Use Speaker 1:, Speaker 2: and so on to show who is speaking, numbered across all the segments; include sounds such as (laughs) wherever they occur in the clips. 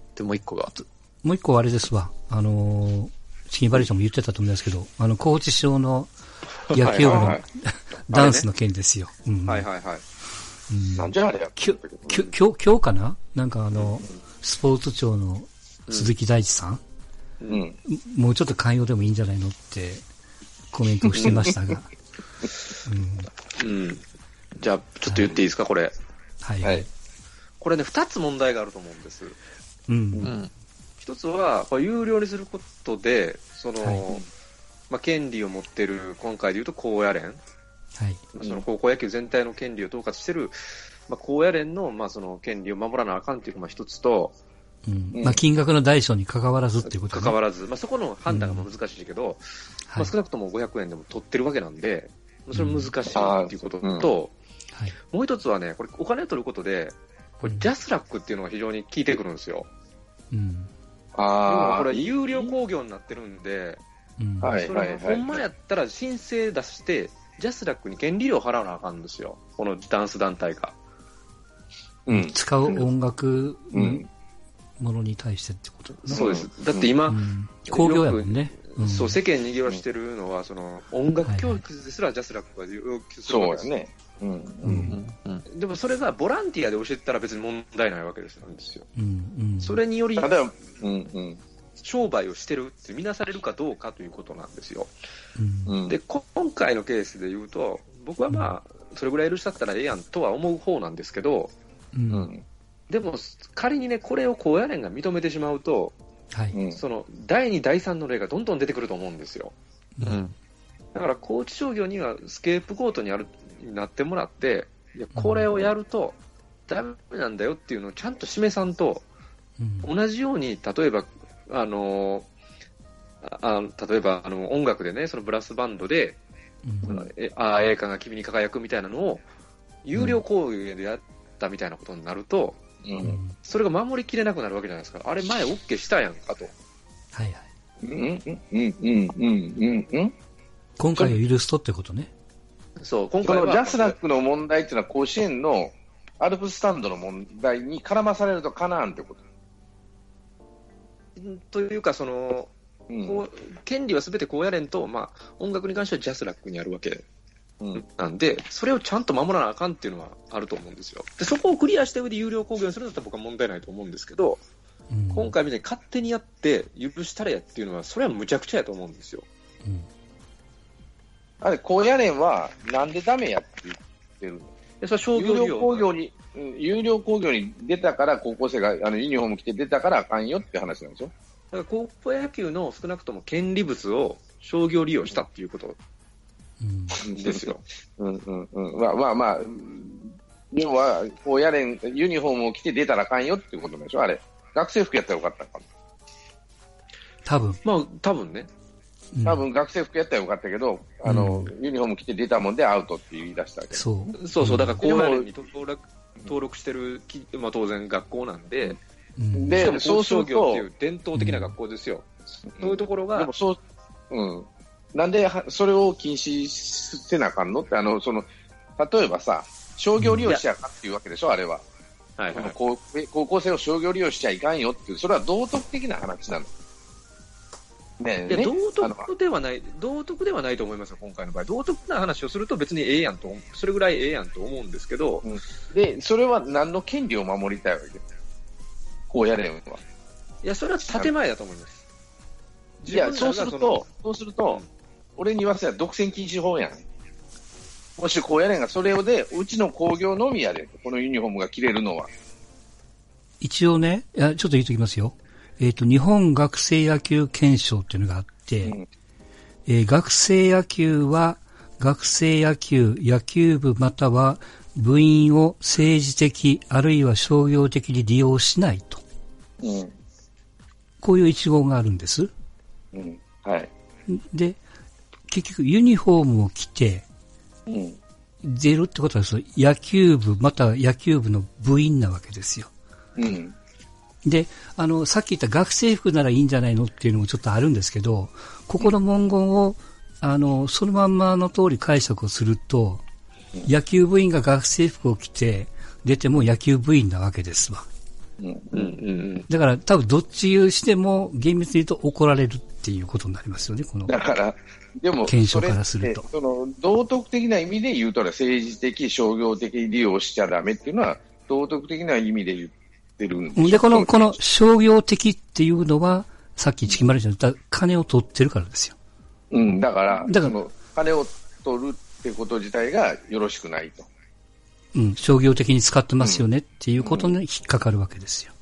Speaker 1: ってもう一個が。
Speaker 2: もう一個はあれですわ。あのー、チキンバリーさんも言ってたと思いますけど、あの、高知賞の野球部
Speaker 1: はいはいは
Speaker 2: の
Speaker 1: い
Speaker 2: (laughs) ダンスの件ですよ。うん
Speaker 1: はいはいはい。
Speaker 2: うん
Speaker 1: なんじゃあれや
Speaker 2: きょきょ今日、今日かななんかあの、スポーツ庁の鈴木大地さん、
Speaker 1: うん。
Speaker 2: もうちょっと寛容でもいいんじゃないのってコメントをしてました
Speaker 1: (laughs)
Speaker 2: が。うん、
Speaker 1: うん。じゃあ、ちょっと言っていいですか、これ。
Speaker 2: はい。
Speaker 3: はい。
Speaker 1: これね、二つ問題があると思うんです。
Speaker 2: う。
Speaker 3: うんん。
Speaker 1: 一つは、これ有料にすることで、その、
Speaker 2: はい
Speaker 1: まあ、権利を持ってる、今回で言うと高野連、
Speaker 2: はい。
Speaker 3: ん
Speaker 1: その高校野球全体の権利を統括してる、まあ、高野連の、まあ、その権利を守らなあかんっていうのが一つと、
Speaker 2: うん
Speaker 3: うん
Speaker 2: まあ、金額の大小に関わらずっていうことね
Speaker 1: 関わらず、まあ、そこの判断が難しいけど、ま
Speaker 2: は
Speaker 1: あ、
Speaker 2: い
Speaker 1: 少。なくとも500円でも取ってるわけなんで、まあそれ難しいっていうことと、
Speaker 3: うん
Speaker 2: は
Speaker 3: あー
Speaker 2: い。
Speaker 1: もう一つはね、これお金を取ることで、これ
Speaker 2: うん
Speaker 1: ジャスラックっていうのが非常に効いてくるんですよ。
Speaker 2: うん。
Speaker 3: ああ。
Speaker 1: これ有料工業になってるんで、
Speaker 2: うん。
Speaker 3: はい
Speaker 1: それほんまやったら申請出して、ジャスラックに権利料払わなあかんんですよ。このダンス団体が。
Speaker 3: うん。
Speaker 2: 使う音楽
Speaker 3: うん。
Speaker 2: ものに対してってことだな
Speaker 1: そうです。だって今、
Speaker 2: うん工業やもんね。ん
Speaker 1: そう、世間にぎわしてるのは、その、音楽教育ですらジャスラックが要求する
Speaker 3: そう
Speaker 1: わ
Speaker 3: で
Speaker 1: けです。
Speaker 3: すね。うん。
Speaker 2: うん
Speaker 1: うんでもそれがボランティアで教えてたら別に問題ないわけですよ。
Speaker 2: うんうん。
Speaker 1: それにより
Speaker 3: た、だ、うんうん。
Speaker 1: 商売をしてるって見なされるかどうかということなんですよ。
Speaker 2: うん。
Speaker 3: うん。
Speaker 1: で、こ今回のケースで言うと、僕はまあ、それぐらい許しちゃったらええやんとは思う方なんですけど、
Speaker 2: う。
Speaker 3: うんん。
Speaker 1: でも、仮にね、これを高野連が認めてしまうと、
Speaker 2: はい。
Speaker 3: うん。
Speaker 1: その、第2、第3の例がどんどん出てくると思うんですよ。
Speaker 3: うん。
Speaker 1: だから、高知商業にはスケープコートにある、になってもらって、いや、これをやると、ダメなんだよっていうのをちゃんと示さんと、
Speaker 2: うん
Speaker 1: 同じように、例えば、あのああ例えば、あの、音楽でね、そのブラスバンドで、
Speaker 2: うん
Speaker 1: えああ、栄冠が君に輝くみたいなのを、有料公演でやったみたいなことになると、
Speaker 3: う。
Speaker 2: うんん
Speaker 1: それが守りきれなくなるわけじゃないですか。あれ、前 OK したやんかと。
Speaker 2: はいはい。
Speaker 3: うん。うん。うん。うん。うん。
Speaker 2: 今回を許すとってことね。
Speaker 1: そう、今
Speaker 3: こ
Speaker 1: 回
Speaker 3: の
Speaker 1: は。
Speaker 3: ジャスラックの問題っていうのは甲子園のアルプススタンドの問題に絡まされるとかなわんってこと。
Speaker 1: というか、その、
Speaker 3: うん
Speaker 1: こう権利はすべて高野連と、まあ、音楽に関してはジャスラックにあるわけ
Speaker 3: うん
Speaker 1: なんで、それをちゃんと守らなあかんっていうのはあると思うんですよ。で、そこをクリアした上で有料公言するんだったら僕は問題ないと思うんですけど、
Speaker 2: うん
Speaker 1: 今回みたいに勝手にやって許したらやっていうのは、それは無茶苦茶やと思うんですよ。
Speaker 2: うん
Speaker 3: あれ、高野連はなんでダメやって言ってるの
Speaker 1: で、それは商業
Speaker 3: 有
Speaker 1: 利
Speaker 3: 料
Speaker 1: 用
Speaker 3: 工業に、うん有料工業に出たから、高校生があのユニフォーム着て出たからあかんよって話なんでしょ
Speaker 1: だから高校野球の少なくとも権利物を商業利用したっていうこと
Speaker 2: うん
Speaker 1: ですよ。
Speaker 3: うんうんうん。まあまあまあ、うん要は、高野連、ユニフォームを着て出たらあかんよってことなんでしょあれ。学生服やったらよかったのかも
Speaker 2: 多分。
Speaker 1: (laughs) まあ、多分ね。
Speaker 2: うん
Speaker 3: 多分学生服やったらよかったけど、あの、ユニフォーム着て出たもんでアウトって言い出したわけ。
Speaker 2: そう。
Speaker 1: そうそう、だから高野連に
Speaker 3: で
Speaker 1: 登録登録してるき、まあ、当然学校なんで、
Speaker 2: うん
Speaker 3: で
Speaker 1: しかも
Speaker 3: そう
Speaker 1: 高
Speaker 3: する
Speaker 1: 商
Speaker 3: と
Speaker 1: 業っていう伝統的な学校ですよ。そういうところ
Speaker 3: で
Speaker 1: が
Speaker 3: も、そう、うん。なんでは、それを禁止せなあかんのって、あの、その、例えばさ、商業利用しちゃあかんっていうわけでしょあれは。
Speaker 1: はい
Speaker 3: こ
Speaker 1: は
Speaker 3: の
Speaker 1: い、
Speaker 3: 高高校生を商業利用しちゃいかんよっていう、それは道徳的な話なの。ね
Speaker 1: い
Speaker 3: え、
Speaker 1: や
Speaker 3: ね
Speaker 1: 道
Speaker 3: あの
Speaker 1: 徳ではない、道徳ではないと思いますよ、今回の場合。道徳な話をすると別にええやんと、それぐらいええやんと思うんですけど、
Speaker 3: で、それは何の権利を守りたいわけ高野連は。
Speaker 1: いや、それは建前だと思います。
Speaker 3: いや、そうすると、そうすると
Speaker 1: うん、
Speaker 3: 俺に言わせたら独占禁止法やん。もし高野連がそれをで、うちの工業のみやで、このユニフォームが着れるのは。
Speaker 2: 一応ね、いやちょっと言っときますよ。えっ、と、日本学生野球憲章っていうのがあって、
Speaker 3: うん
Speaker 2: えー学生野球は、学生野球、野球部または部員を政治的あるいは商業的に利用しないと。
Speaker 3: うん。
Speaker 2: こういう一言があるんです。
Speaker 3: うん。はい。
Speaker 2: で、結局ユニフォームを着て
Speaker 3: うん。
Speaker 2: 出るってことはその野球部または野球部の部員なわけですよ。
Speaker 3: うん。
Speaker 2: で、あの、さっき言った学生服ならいいんじゃないのっていうのもちょっとあるんですけど、ここの文言を、あの、そのまんまの通り解釈をすると、野球部員が学生服を着て出ても野球部員なわけですわ。
Speaker 3: うん
Speaker 1: うんうん
Speaker 2: だから多分どっちをしても厳密に言うと怒られるっていうことになりますよね、この。
Speaker 3: だから、でも、
Speaker 2: 検証
Speaker 3: それ
Speaker 2: からすると
Speaker 3: ってその道徳的な意味で言うとね、政治的、商業的利用しちゃダメっていうのは、道徳的な意味で言ってるん
Speaker 2: で、この、この
Speaker 3: そ
Speaker 2: 商業的っていうのは、さっき一木丸ちゃんが言った金を取ってるからですよ。
Speaker 3: ううん、だから、
Speaker 2: だから
Speaker 3: その金を取るってこと自体がよろしくないと。
Speaker 2: うん、商業的に使ってますよねっていうことに引っかかるわけですよ。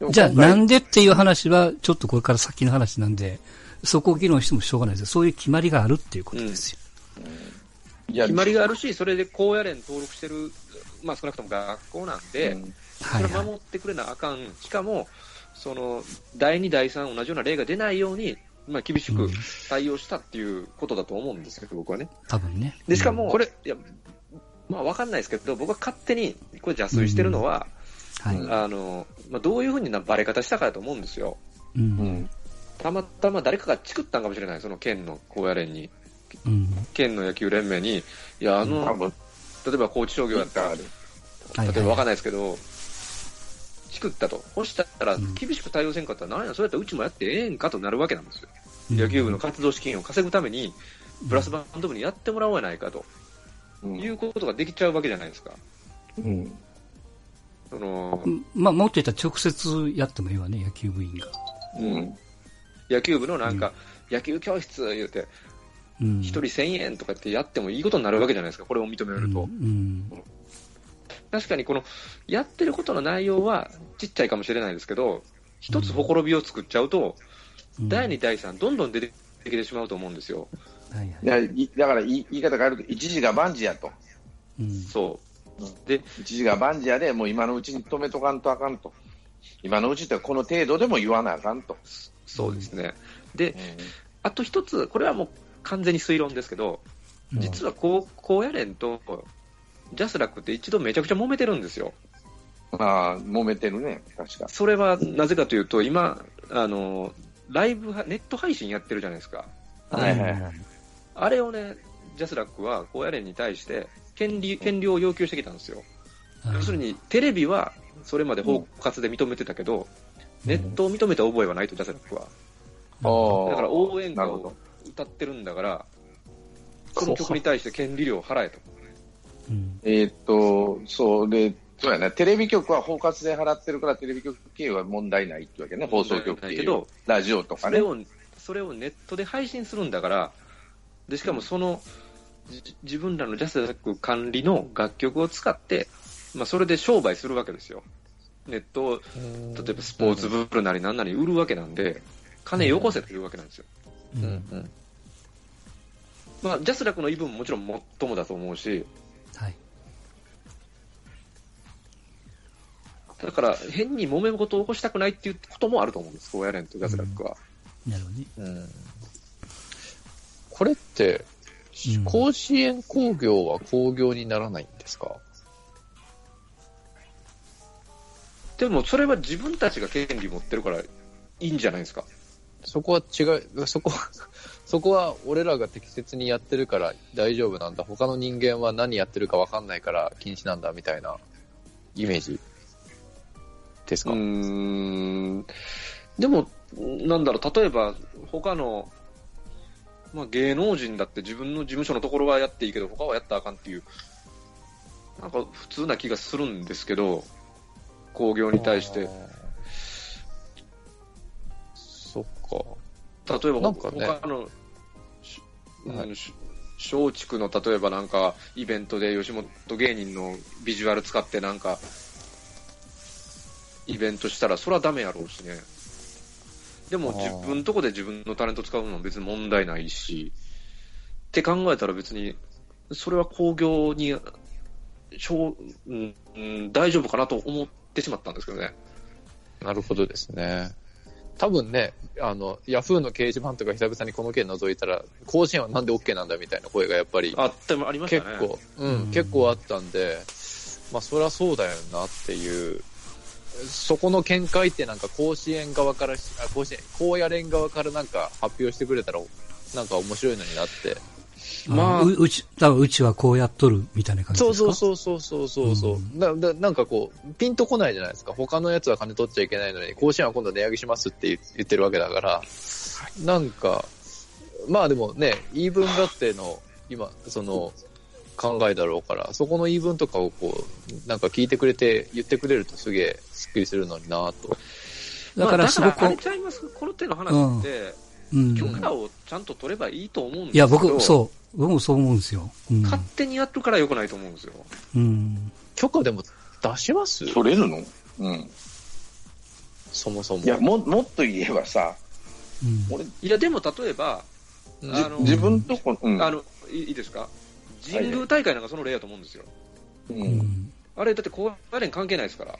Speaker 3: でも
Speaker 2: じゃあ
Speaker 3: 今回
Speaker 2: なんでっていう話は、ちょっとこれから先の話なんで、そこを議論してもしょうがないですよ。そういう決まりがあるっていうことですよ。
Speaker 3: いや
Speaker 1: 決まりがあるし、それで高野連登録してる、まあ、少なくとも学校なんで、
Speaker 3: うん
Speaker 2: は
Speaker 1: そ
Speaker 2: い、
Speaker 1: れ
Speaker 2: はい。
Speaker 1: 守ってくれなあかん、しかも、その第2、第3、同じような例が出ないように、まあ、厳し
Speaker 2: う
Speaker 1: く
Speaker 2: ん
Speaker 1: 対応したっていうことだと思うんですけど、僕はね。
Speaker 2: 多分ね。
Speaker 1: でしかも、これ、いやまあ、わかんないですけど、僕は勝手にこれ邪推してるのは、
Speaker 2: うん、はい。
Speaker 3: うん
Speaker 1: あのまあ、どういうふうになバレ方したかだと思うんですよ。
Speaker 2: う。
Speaker 3: うんん
Speaker 1: たまたま誰かがチクったんかもしれない、その県の高野連に、
Speaker 2: うん。
Speaker 1: 県の野球連盟に、いや、あの、
Speaker 3: 多分
Speaker 1: 例えば高知商業だったら、
Speaker 3: うん
Speaker 2: はい、
Speaker 1: 例えばわか
Speaker 2: は
Speaker 1: んないですけど、チクったと、干したら
Speaker 2: うん
Speaker 1: 厳しく対応せんかったら、なんや、それやったらうちもやってええんかとなるわけなんですよ、
Speaker 2: い
Speaker 1: 野球部の活動資金を稼ぐために、ブラスバンド部にやってもらおうやないかと
Speaker 3: うん
Speaker 1: いうことができちゃうわけじゃないですか。
Speaker 3: うん
Speaker 1: その
Speaker 2: うんまあ、もっと言ったら直接やってもいいわね、野球部員が。
Speaker 3: うん
Speaker 1: 野球部のなんか、野球教室言うて、
Speaker 2: うん。
Speaker 1: 一人1000円とかってやってもいいことになるわけじゃないですか、これを認めると。
Speaker 2: うん。
Speaker 1: 確かにこの、やってることの内容はちっちゃいかもしれないですけど、一つほころびを作っちゃうと、
Speaker 2: うん
Speaker 1: 第2、第3、どんどん出てきてしまうと思うんですよ。
Speaker 2: はいはい
Speaker 3: いやいだからい言い方変えると、一時が万事やと。
Speaker 2: うん
Speaker 1: そう
Speaker 3: 一時が万事やで、もう今のうちに止めとかんとあかんと。今のうちってこの程度でも言わなあかんと。
Speaker 1: そうですね。で、あと一つ、これはもう完全に推論ですけど、
Speaker 2: うん。
Speaker 1: 実はこう高野連とジャスラックって一度めちゃくちゃ揉めてるんですよ。
Speaker 3: ああ、揉めてるね、確か。
Speaker 1: それはなぜかというと、今、あの、ライブは、ネット配信やってるじゃないですか。
Speaker 3: はいはいはい
Speaker 1: あれをね、ジャスラックは高野連に対して権利、権利を要求してきたんですよ。要するに、テレビはそれまで包括で認めてたけど、
Speaker 2: うん
Speaker 1: ネットを認めた覚えはないと、ジャスラックは。
Speaker 3: お
Speaker 1: だから応援
Speaker 3: な
Speaker 1: 歌
Speaker 3: るほど
Speaker 1: を歌ってるんだから、その曲に対して権利料を払えと。
Speaker 2: うん
Speaker 3: えーっと、そうで、そうやね、テレビ局は包括で払ってるから、テレビ局経営は問題ないってわけね、放送局経
Speaker 1: だけ
Speaker 3: 営
Speaker 1: ど、
Speaker 3: ラジオとか
Speaker 1: そ
Speaker 3: ね
Speaker 1: れ。を、それをネットで配信するんだから、で、しかもその、じ自分らのジャスラック管理の楽曲を使って、まあ、それで商売するわけですよ。ネットを、例えばスポーツブルなりなんなり売るわけなんで、金よこせというわけなんですよ。
Speaker 2: う
Speaker 3: うん
Speaker 2: ん
Speaker 3: うん
Speaker 1: まあ、ジャスラックの言い分ももちろんもっともだと思うし、
Speaker 2: はい。
Speaker 1: だから変に揉め事を起こしたくないっていうこともあると思うんです、高野連とジャスラックは。
Speaker 2: なるほどね。
Speaker 4: うんこれって
Speaker 2: うん、
Speaker 4: 甲子園工業は工業にならないんですか、
Speaker 1: でもそれは自分たちが権利持ってるからいいんじゃないですか。
Speaker 4: そこは違う、そこは、そこは俺らが適切にやってるから大丈夫なんだ。他の人間は何やってるかわかんないから禁止なんだみたいなイメージですか、
Speaker 1: うーん。でも、なんだろう、例えば他の、まあ、芸能人だって自分の事務所のところはやっていいけど、他はやったらあかんっていう、なんか普通な気がするんですけど、興行に対して
Speaker 4: あ。ー。そっか。
Speaker 1: 例えば、
Speaker 4: なんかね
Speaker 1: 他の、しうん
Speaker 4: は
Speaker 1: し松竹の例えばなんかイベントで吉本芸人のビジュアル使ってなんかイベントしたらそれはダメやろうしねでも
Speaker 4: あー
Speaker 1: 自分とこで自分のタレント使うのも別に問題ないしって考えたら別にそれは興行にしょう、うんうん、大丈夫かなと思ってしまったんですけどね
Speaker 4: なるほどですね。多分ね、あの、ヤフーの掲示板とか久々にこの件覗いたら、甲子園はなんで OK なんだみたいな声がやっぱり
Speaker 1: あでもありました
Speaker 4: 結
Speaker 1: ね
Speaker 4: 構、う
Speaker 2: うん
Speaker 4: ん、結構あったんで、まあそりゃそうだよなっていう、そこの見解ってなんか甲子園側からし、あ甲子園、高野連側からなんか発表してくれたら、なんか面白いのになって、
Speaker 2: ま
Speaker 1: ま
Speaker 2: あ
Speaker 1: あ
Speaker 2: の、ううち、だからうちはこうやっとるみたいな感じ
Speaker 4: そ
Speaker 2: で
Speaker 4: う
Speaker 2: す
Speaker 4: そ
Speaker 2: か
Speaker 4: うそうそうそうそうそう、
Speaker 2: うん
Speaker 4: なななんかこうピンとこないじゃないですか他のやつは金取っちゃいけないのに甲子園は今度値上げしますって言言ってるわけだからなんかまあでもね言い分合定の今その考えだろうからそこの言い分とかをこうなんか聞いてくれて言ってくれるとすげえすっきりするのになと
Speaker 2: だか
Speaker 1: ま
Speaker 2: ら
Speaker 1: あ
Speaker 2: すごく、
Speaker 1: あれちゃいますこの手の話って、
Speaker 2: うん。
Speaker 1: 許可をちゃんと取ればいいと思うんです
Speaker 2: い
Speaker 1: けど、
Speaker 2: や、僕、そう。僕もそう思うんですよ。うん。
Speaker 1: 勝手にやってるから良くないと思うんですよ。
Speaker 2: うん。
Speaker 4: 許可でも出します
Speaker 3: 取れるのうん。
Speaker 4: そもそも
Speaker 3: いや、も、もっと言えばさ、
Speaker 2: うん
Speaker 3: 俺、
Speaker 1: いや、でも例えば、
Speaker 4: うん
Speaker 1: あの
Speaker 3: 自分とこ、うん。
Speaker 1: あのいいいですか、神宮大会なんかその例やと思うんですよ。
Speaker 3: う。
Speaker 2: うんん。
Speaker 1: あれ、だって高野連関係ないですから。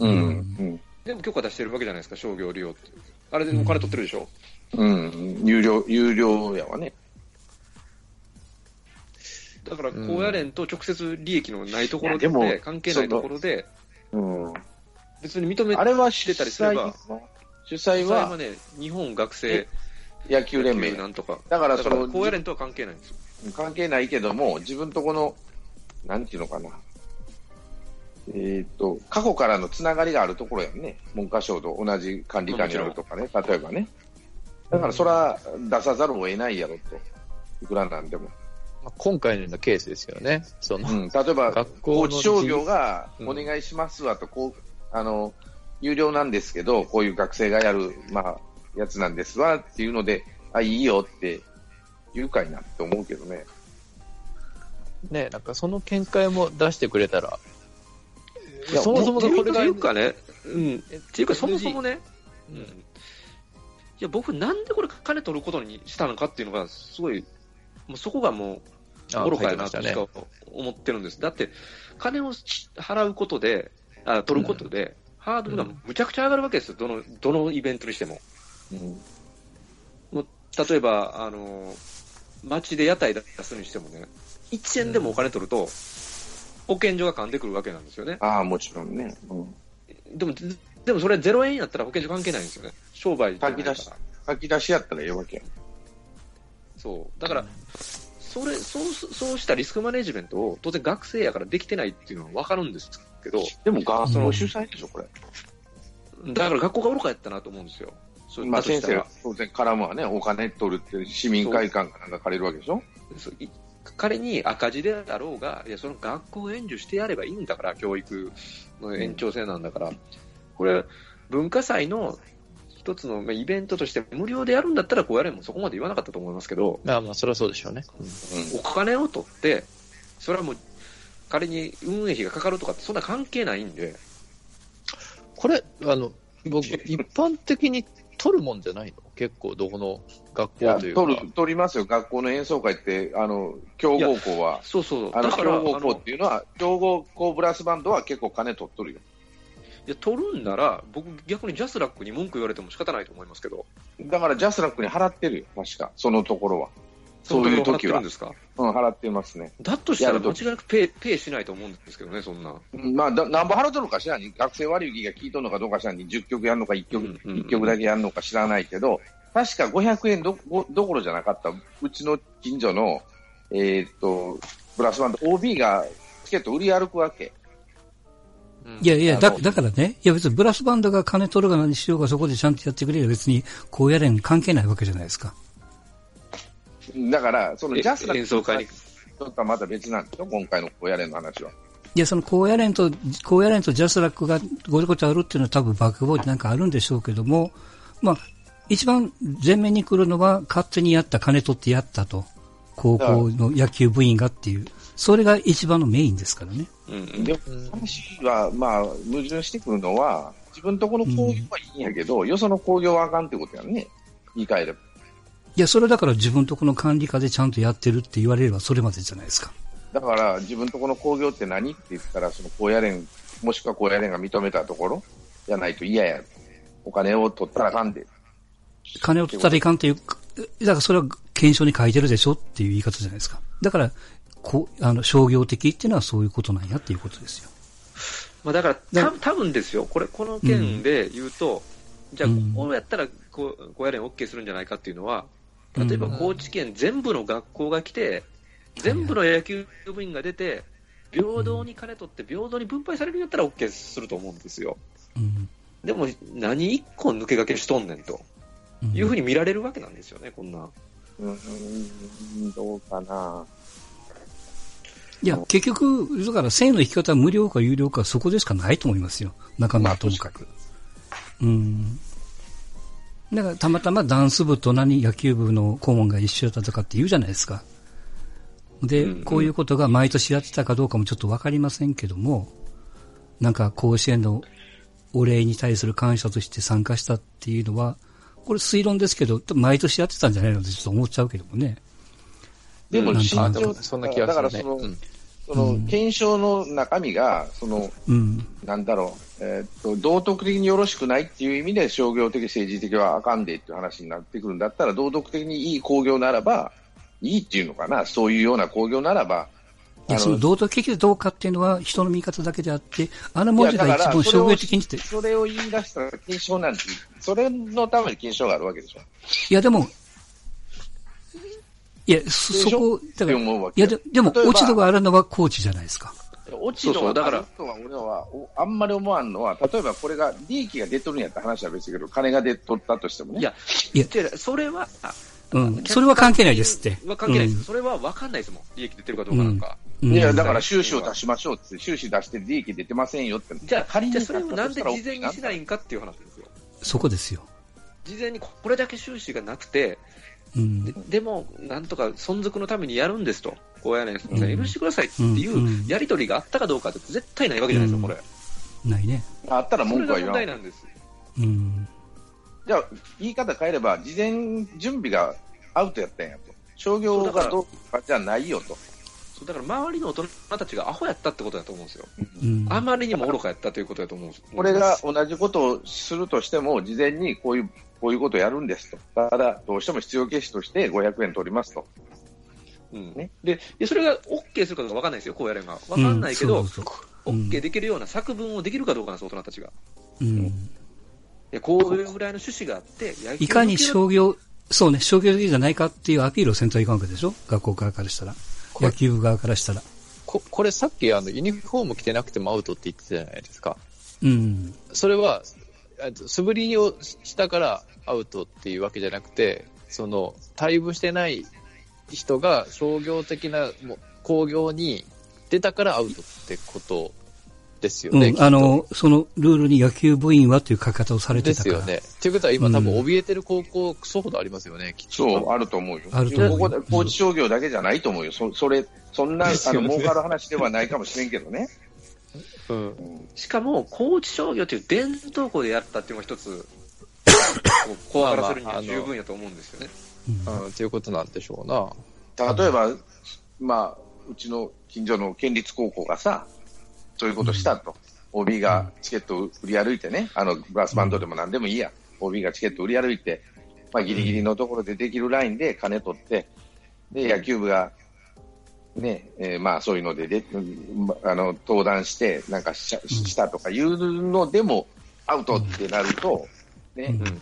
Speaker 3: うん。うん。
Speaker 1: でも許可出してるわけじゃないですか、商業利用って。あれでお金取ってるでしょ。
Speaker 3: うん。有料、有料やわね。
Speaker 1: だから、
Speaker 4: うん
Speaker 1: 高野連と直接利益のないところ
Speaker 3: いやでも
Speaker 1: で、関係ないところで、
Speaker 3: うん。
Speaker 1: 別に認め
Speaker 3: あ
Speaker 1: て
Speaker 3: れは主
Speaker 1: 出たりすれ
Speaker 3: 催
Speaker 1: ば
Speaker 3: は、主催
Speaker 1: は
Speaker 3: は
Speaker 1: ね、日本学生
Speaker 3: 野球連盟
Speaker 1: 野球。なんとか。
Speaker 3: だから
Speaker 1: だ
Speaker 3: そ
Speaker 1: から、
Speaker 3: の、
Speaker 1: 高野連とは関係ないんですよ。
Speaker 3: 関係ないけども、自分とこの、なんていうのかな。えっ、と、過去からのつながりがあるところやんね。文科省と同じ管理官にあるとかね、例えばね。だからそら出さざるを得ないやろと。いくらなんでも。
Speaker 4: まあ今回のようなケースですよねその、
Speaker 3: うん、例えば、
Speaker 4: 学校
Speaker 3: 高
Speaker 4: の
Speaker 3: 知商業が
Speaker 4: うん
Speaker 3: お願いしますわと、こう、あの、有料なんですけど、こういう学生がやる、まあ、やつなんですわっていうので、あ、いいよって言うかいなって思うけどね。
Speaker 4: ねなんかその見解も出してくれたら
Speaker 1: い
Speaker 4: いや
Speaker 1: や
Speaker 4: そもそもがこれが
Speaker 1: っていうかね、うん。
Speaker 4: え
Speaker 1: っていうか、そもそもね、
Speaker 4: う
Speaker 1: うん。い
Speaker 4: ん
Speaker 1: や、僕、なんでこれ、金取ることにしたのかっていうのが、すごい、もうそこがもう、
Speaker 4: あ
Speaker 1: 愚かや
Speaker 4: 入ってま
Speaker 1: な
Speaker 4: した
Speaker 1: と
Speaker 4: ね
Speaker 1: しか思ってるんです。だって、金を払うことで、あ取ることで、ハードルがむちゃくちゃ上がるわけですよ、どのどのイベントにしても。
Speaker 3: うん。
Speaker 1: 例えば、あの街で屋台出すにしてもね、1円でもお金取ると、保健所が噛んでくるわけなんですよね。
Speaker 3: ああ、もちろんね。うん。
Speaker 1: でも、ずでもそれ0円やったら保健所関係ないんですよね。商売じゃないから
Speaker 3: 書き出し書き出しやったらええわけや。
Speaker 1: そう。だから、それ、そう、そうしたリスクマネジメントを、当然学生やからできてないっていうのはわかるんですけど、
Speaker 3: でも、学校主催でしょ、これ。
Speaker 1: だから学校が愚かやったなと思うんですよ。そう
Speaker 3: まあ、
Speaker 1: だとした
Speaker 3: 先生
Speaker 1: ら
Speaker 3: は当然絡むわね、お金取るって市民会館がなんか借りるわけでしょ。
Speaker 1: そうい仮に赤字であろうが、いや、その学校を援助してやればいいんだから、教育の延長線なんだから、これ、文化祭の一つのまあイベントとして無料でやるんだったら、こうやれもそこまで言わなかったと思いますけど、
Speaker 4: まあまあ、そりゃそうでしょうね。
Speaker 3: うん
Speaker 1: お金を取って、それはもう、仮に運営費がかかるとかって、そんな関係ないんで、
Speaker 4: これ、あの、 (laughs) 僕、一般的に取るもんじゃないの結構、どこの学
Speaker 3: いや
Speaker 4: 校というか。
Speaker 3: 取る、取りますよ。学校の演奏会って、あの、強豪校は。
Speaker 1: そうそう、
Speaker 3: あ
Speaker 1: だ
Speaker 3: の、
Speaker 1: から、あ
Speaker 3: 強豪校
Speaker 1: の
Speaker 3: っていうのは、強豪校ブラスバンドは結構金取っとるよ。
Speaker 1: いや取るんなら、僕、逆にジャスラックに文句言われても仕方ないと思いますけど、
Speaker 3: だから、ジャスラックに払ってるよ、確か。そのところは。そういう時
Speaker 1: そのところ払ってる
Speaker 3: は
Speaker 1: んで。すか
Speaker 3: うん、払ってますね。
Speaker 1: だとした
Speaker 3: や
Speaker 1: ら、
Speaker 3: ると
Speaker 1: 間違いなくペイペイしないと思うんですけどね、そんな。
Speaker 3: うんまあ、だなんぼ払うとるか知らんに、学生割引が効いとるのかどうか知らんに、10曲やるのか1曲、
Speaker 1: うんうん
Speaker 3: 一曲だけやるのか知らないけど、確か500円どごどころじゃなかった、うちの近所の、えーっと、ブラスバンド、OB がチケット売り歩くわけ。
Speaker 2: いやいや、だ
Speaker 3: あの
Speaker 2: だからね、いや別にブラスバンドが金取るが何しようがそこでちゃんとやってくれれば別に高野連関係ないわけじゃないですか。
Speaker 3: だから、その
Speaker 1: え
Speaker 3: ジャスラック
Speaker 1: 演奏会に
Speaker 3: とかまた別なんですよ、今回の高野連の話は。
Speaker 2: いや、その高野連と、高野連とジャスラックがごちゃごちゃあるっていうのは多分バックボードなんかあるんでしょうけども、まあ、一番前面に来るのは勝手にやった、金取ってやったと。高校の野球部員がっていう。それが一番のメインですからね。
Speaker 1: うんうん
Speaker 3: でも、話は、まあ、矛盾してくるのは、自分とこの工業はいいんやけど、よその工業はあかんってことやんね。言い換えれば。
Speaker 2: いや、それだから自分とこの管理下でちゃんとやってるって言われればそれまでじゃないですか。
Speaker 3: だから、自分とこの工業って何って言ったら、その高野連、もしくは高野連が認めたところじゃないと嫌や。お金を取ったらあかんで。
Speaker 2: 金を取ったらいかんっていう、だからそれは検証に書いてるでしょっていう言い方じゃないですか。だから、こう、あの、商業的っていうのはそういうことなんやっていうことですよ。
Speaker 1: まあ、だから、た多分ですよ、これ、この件で言うと、じゃあ
Speaker 2: うん、
Speaker 1: こうやったらこう、こうやれん OK するんじゃないかっていうのは、例えば
Speaker 2: うん
Speaker 1: 高知県全部の学校が来て、全部の野球部員が出て、平等に金取って平等に分配されるんやったら OK すると思うんですよ。
Speaker 2: うん
Speaker 1: でも何一個抜け駆けしとんねんと
Speaker 2: うん
Speaker 1: いうふうに見られるわけなんですよね、こんな。
Speaker 3: うんうん、どうかな。
Speaker 2: いや、結局、だから1000円の引き方は無料か有料かそこでしかないと思いますよ。仲間はともかく。うん。だからたまたまダンス部と何野球部の顧問が一緒だったとかって言うじゃないですか。で、
Speaker 1: うんうん
Speaker 2: こういうことが毎年やってたかどうかもちょっとわかりませんけども、なんか甲子園のお礼に対する感謝として参加したっていうのは、これ推論ですけど、毎年やってたんじゃないのってちょっと思っちゃうけどもね。
Speaker 3: で
Speaker 1: う
Speaker 3: も、
Speaker 1: ん
Speaker 3: 身
Speaker 4: あ
Speaker 2: あ
Speaker 4: で
Speaker 3: 長
Speaker 4: も、そんな気がす
Speaker 3: だ
Speaker 4: るね。
Speaker 3: からその、
Speaker 4: うん
Speaker 3: そうの
Speaker 2: ん
Speaker 3: 検証の中身が、その、
Speaker 2: うん。
Speaker 3: なんだろう、えーっと、道徳的によろしくないっていう意味で商業的、政治的はあかんでっていう話になってくるんだったら、道徳的にいい工業ならば、いいっていうのかな、そういうような工業ならば、
Speaker 2: いや、
Speaker 3: あの
Speaker 2: その道徳的でどうかっていうのは人の見方だけであって、あの文字が
Speaker 3: いやだ
Speaker 2: 一
Speaker 3: から
Speaker 2: 番
Speaker 3: それ
Speaker 2: 商
Speaker 3: を
Speaker 2: 業的にって、い
Speaker 3: それを言い出したら検証なんて、それのために検証があるわけでしょ。
Speaker 2: やでも、いや、そ
Speaker 3: でしょ
Speaker 2: そこ、だ
Speaker 3: っ
Speaker 2: か
Speaker 3: て
Speaker 2: ら、
Speaker 3: 思うわ
Speaker 2: い
Speaker 3: け
Speaker 2: や
Speaker 3: よ
Speaker 2: ででも
Speaker 3: 例えば
Speaker 2: 落ち度があるのはコーチじゃないですか。
Speaker 1: 落
Speaker 3: そ
Speaker 1: ち
Speaker 3: う
Speaker 1: 度
Speaker 3: そう、
Speaker 1: はだ
Speaker 3: だ
Speaker 1: か
Speaker 3: から
Speaker 1: ら、、
Speaker 3: は俺はおあんまり思わんのは、例えばこれが利益が出とるんやった話は別だけど、金が出とったとしてもね。
Speaker 1: いや
Speaker 2: いや
Speaker 1: 違う違うそれは、あ
Speaker 2: うん。それは関係ないですって。
Speaker 1: は関係ないです。それは分かんないですもん。利益出てるかどうかなんか。
Speaker 2: うん。
Speaker 3: いや、
Speaker 2: うん
Speaker 3: だから収支を出しましょうって言って、収支出して利益出てませんよって。
Speaker 1: じゃあ、
Speaker 3: 仮に
Speaker 1: じゃあそれをなんで
Speaker 3: だった
Speaker 1: 事
Speaker 3: とした
Speaker 1: 前
Speaker 3: ら
Speaker 1: にしないんかっていう話ですよ。
Speaker 2: そこですよ。
Speaker 1: 事前にこれだけ収支がなくて、
Speaker 2: うん
Speaker 1: で。でも、なんとか存続のためにやるんですと、高野連さんが
Speaker 2: うん
Speaker 1: 許してくださいってい
Speaker 2: んうん
Speaker 1: うやり取りがあったかどうかって絶対ないわけじゃないですか、これ。
Speaker 2: ないね。
Speaker 3: あったら
Speaker 1: そ
Speaker 3: 文
Speaker 1: れ
Speaker 3: 句
Speaker 1: が
Speaker 3: は
Speaker 1: 問
Speaker 3: 言わ
Speaker 1: 題
Speaker 3: ん。
Speaker 1: なんです。
Speaker 2: うん。
Speaker 3: じゃあ、言い方変えれば、事前準備がアウトやったんやと。商業
Speaker 1: そうだか
Speaker 3: が
Speaker 1: ら
Speaker 3: どうかじゃないよと。
Speaker 1: そうだから周りの大人たちがアホやったってことだと思うんですよ。
Speaker 2: うん。
Speaker 1: あまりにも愚かやったということだと思うんです。
Speaker 3: これが同じことをするとしても、事前にこういう、こういうことをやるんですと。ただ、どうしても必要経費として500円取りますと。
Speaker 1: うん
Speaker 3: ね
Speaker 1: で、いやそれが OK するかどうか分かんないですよ、高野連が。分かんないけど、
Speaker 2: うんそうそうそううん
Speaker 1: OK できるような作文をできるかどうかなんです、大人たちが。
Speaker 2: うん。
Speaker 1: いや、こういうぐらいの趣旨があって、野球
Speaker 2: いかに
Speaker 1: の
Speaker 2: 商業、そうね、商業的じゃないかっていうアピールをせんといかんわけでしょ学校側からしたら。
Speaker 4: これ
Speaker 2: 野球部側からしたら。
Speaker 4: ここれさっきあのユニフォーム着てなくてもアウトって言ってたじゃないですか。
Speaker 2: うん。
Speaker 4: それは、えっと素振りをしたからアウトっていうわけじゃなくて、その、退部してない人が商業的なもう工業に出たからアウトってことですよ
Speaker 2: う
Speaker 4: ね。きっ
Speaker 2: ん、
Speaker 4: と
Speaker 2: あの、そのルールに野球部員はという書き方をされて
Speaker 4: で
Speaker 2: た
Speaker 4: す
Speaker 2: から。
Speaker 4: よね。っていうことは今多分
Speaker 2: うん
Speaker 4: 怯えてる高校クソほどありますよね、きっと。
Speaker 3: そう、あると思うよ。
Speaker 2: あると思うよ
Speaker 3: ここで、高知商業だけじゃないと思うよ。そそれ、そんな、
Speaker 4: です
Speaker 3: あ
Speaker 4: よ
Speaker 3: の、
Speaker 4: ね
Speaker 3: 儲かる話ではないかもしれんけどね。
Speaker 4: うん。
Speaker 1: しかも、高知商業という伝統校でやったっていうのが一つ、
Speaker 2: (laughs)
Speaker 1: こう怖がらせるには十分やと思うんですよね。
Speaker 2: うん
Speaker 4: うん、ということなんでしょうな。
Speaker 3: 例えば、まあ、うちの近所の県立高校がさ、そういうことしたと、OB がチケットを売り歩いてね、あのブラスバンドでも何でもいいや、OB がチケット売り歩いて、まあ、ギリギリのところでできるラインで金取って、で野球部が、ねえーまあ、そういうのでで、うんまあの登壇して、なんかししたとかいうのでもアウトってなると、ね、
Speaker 4: うん。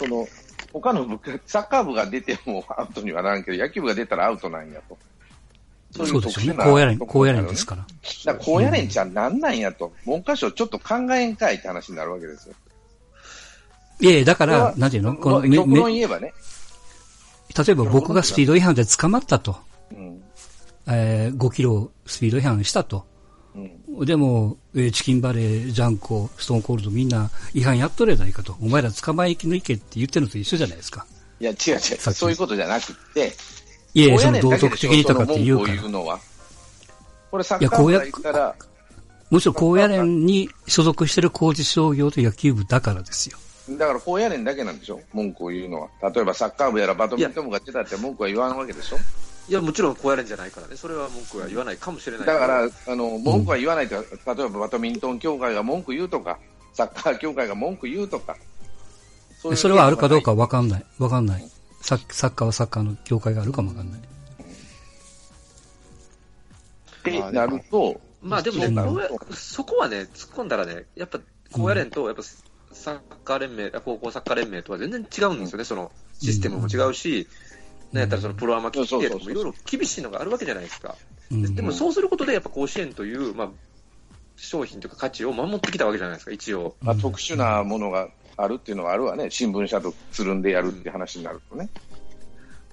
Speaker 3: その、他の部活、サッカー部が出てもアウトにはならんけど、野球部が出たらアウトなんやと。
Speaker 2: そうですよね。
Speaker 3: こ
Speaker 2: こ
Speaker 3: う
Speaker 2: う
Speaker 3: い
Speaker 2: や
Speaker 3: う
Speaker 2: れ
Speaker 3: 特
Speaker 2: ん、こ
Speaker 3: 殊な
Speaker 2: うやれんですから。
Speaker 3: だからこうやれんちゃなんなんやと。文科省ちょっと考えんかいって話になるわけですよ。
Speaker 2: いやいや、だか
Speaker 3: これ
Speaker 2: ら
Speaker 3: は、
Speaker 2: なんていうのこの、め、
Speaker 3: 極
Speaker 2: め、
Speaker 3: 論
Speaker 2: 例
Speaker 3: 言えばね。
Speaker 2: えば僕がスピード違反で捕まったと。
Speaker 3: うん。
Speaker 2: えー、5キロスピード違反したと。
Speaker 3: うん。
Speaker 2: でも、えーチキンバレー、ジャンコ、ストーンコールドみんな違反やっとれないかと。お前ら捕まえ抜けって言ってるのと一緒じゃないですか。
Speaker 3: いや、違う違う。
Speaker 2: さっき
Speaker 3: そういうことじゃなくって、
Speaker 2: いやいや、
Speaker 3: こう
Speaker 2: そ
Speaker 3: や
Speaker 2: の
Speaker 3: れん
Speaker 2: 道
Speaker 3: だけ
Speaker 2: 徳
Speaker 3: でし
Speaker 2: 的
Speaker 3: ょ
Speaker 2: にとかって言うか
Speaker 3: その文句を
Speaker 2: ら。
Speaker 3: 言のは。これサ
Speaker 2: い
Speaker 3: ッ
Speaker 2: や
Speaker 3: カ
Speaker 2: こ
Speaker 3: ー
Speaker 2: う
Speaker 3: 部
Speaker 2: や
Speaker 3: が言ったら、
Speaker 2: むしろ高野連に所属してる工事商業と野球部だからですよ。
Speaker 3: だからこうやれんだけなんでしょ文句を言うのは。例えばサッカー部やらバドミントン部が出たって文句は言わんわけでしょ
Speaker 1: いや、もちろん高野連じゃないからね。それは文句は言わないかもしれないけ
Speaker 3: だ
Speaker 1: ど
Speaker 3: から、あの、文句は言わないと、例えばバドミントン協会が文句言うとか、サッカー協会が文句言うとか。そ
Speaker 2: それはあるかどうか
Speaker 3: は
Speaker 2: わかんない。わかんない。サッサッカーはサッカーの業界があるかもわかんない。
Speaker 3: ってなると、
Speaker 1: まあでも
Speaker 3: そう
Speaker 1: ね、
Speaker 3: な
Speaker 1: こ
Speaker 3: の
Speaker 1: うやそこはね、突っ込んだらね、やっぱ、高野連と、やっぱ、サッカー連盟、あ高校サッカー連盟とは全然違うんですよね、そのシステムも違うし、なんやったらそのプロアマ規定とかもいろいろ厳しいのがあるわけじゃないですか。
Speaker 2: うん
Speaker 1: でもそうすることで、やっぱ甲子園という、まあ、商品というか価値を守ってきたわけじゃないですか、一応。
Speaker 3: まあ、特殊なものがあるっていうのがあるわね、新聞社とつるんでやるって話になるとね。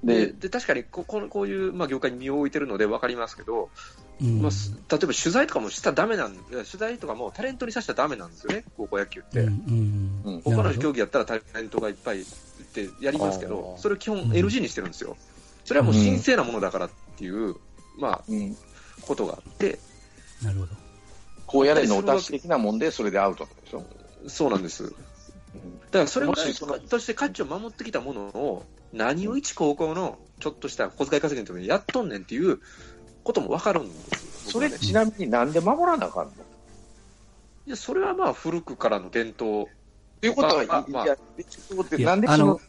Speaker 1: で、
Speaker 3: で、
Speaker 1: で確かにここのこういう、まあ、業界に身を置いてるので分かりますけど、
Speaker 2: うん
Speaker 1: まあ、す例えば取材とかもしたらダメなん、取材とかもタレントにさせたらダメなんですよね、高校野球って。
Speaker 2: うんうん
Speaker 3: うん
Speaker 1: 他の
Speaker 2: なるほど
Speaker 1: 競技やったらタレントがいっぱいってやりますけど
Speaker 4: あ、ー
Speaker 1: それを基本
Speaker 2: うん
Speaker 1: NG にしてるんですよ。それはもう神聖なものだからっていう、まあ、
Speaker 3: うん、
Speaker 1: ことがあって、
Speaker 2: なるほど。
Speaker 3: こうやれのお達し的なもんで、それでアウトなんでしょ。
Speaker 1: そうなんです。だからそれぐらいとして価値を守ってきたものを、何を一高校のちょっとした小遣い稼ぎのためにやっとんねんっていうことも分かるんですよ。
Speaker 3: それ、
Speaker 1: 僕はね
Speaker 3: ちなみになんで守らなあかんの
Speaker 1: いやそれはまあ古くからの伝統。
Speaker 3: ということは、
Speaker 1: まあまあ
Speaker 3: いや、ちょっと待って
Speaker 2: いや
Speaker 3: なんで
Speaker 2: あ
Speaker 3: そ
Speaker 2: の
Speaker 3: の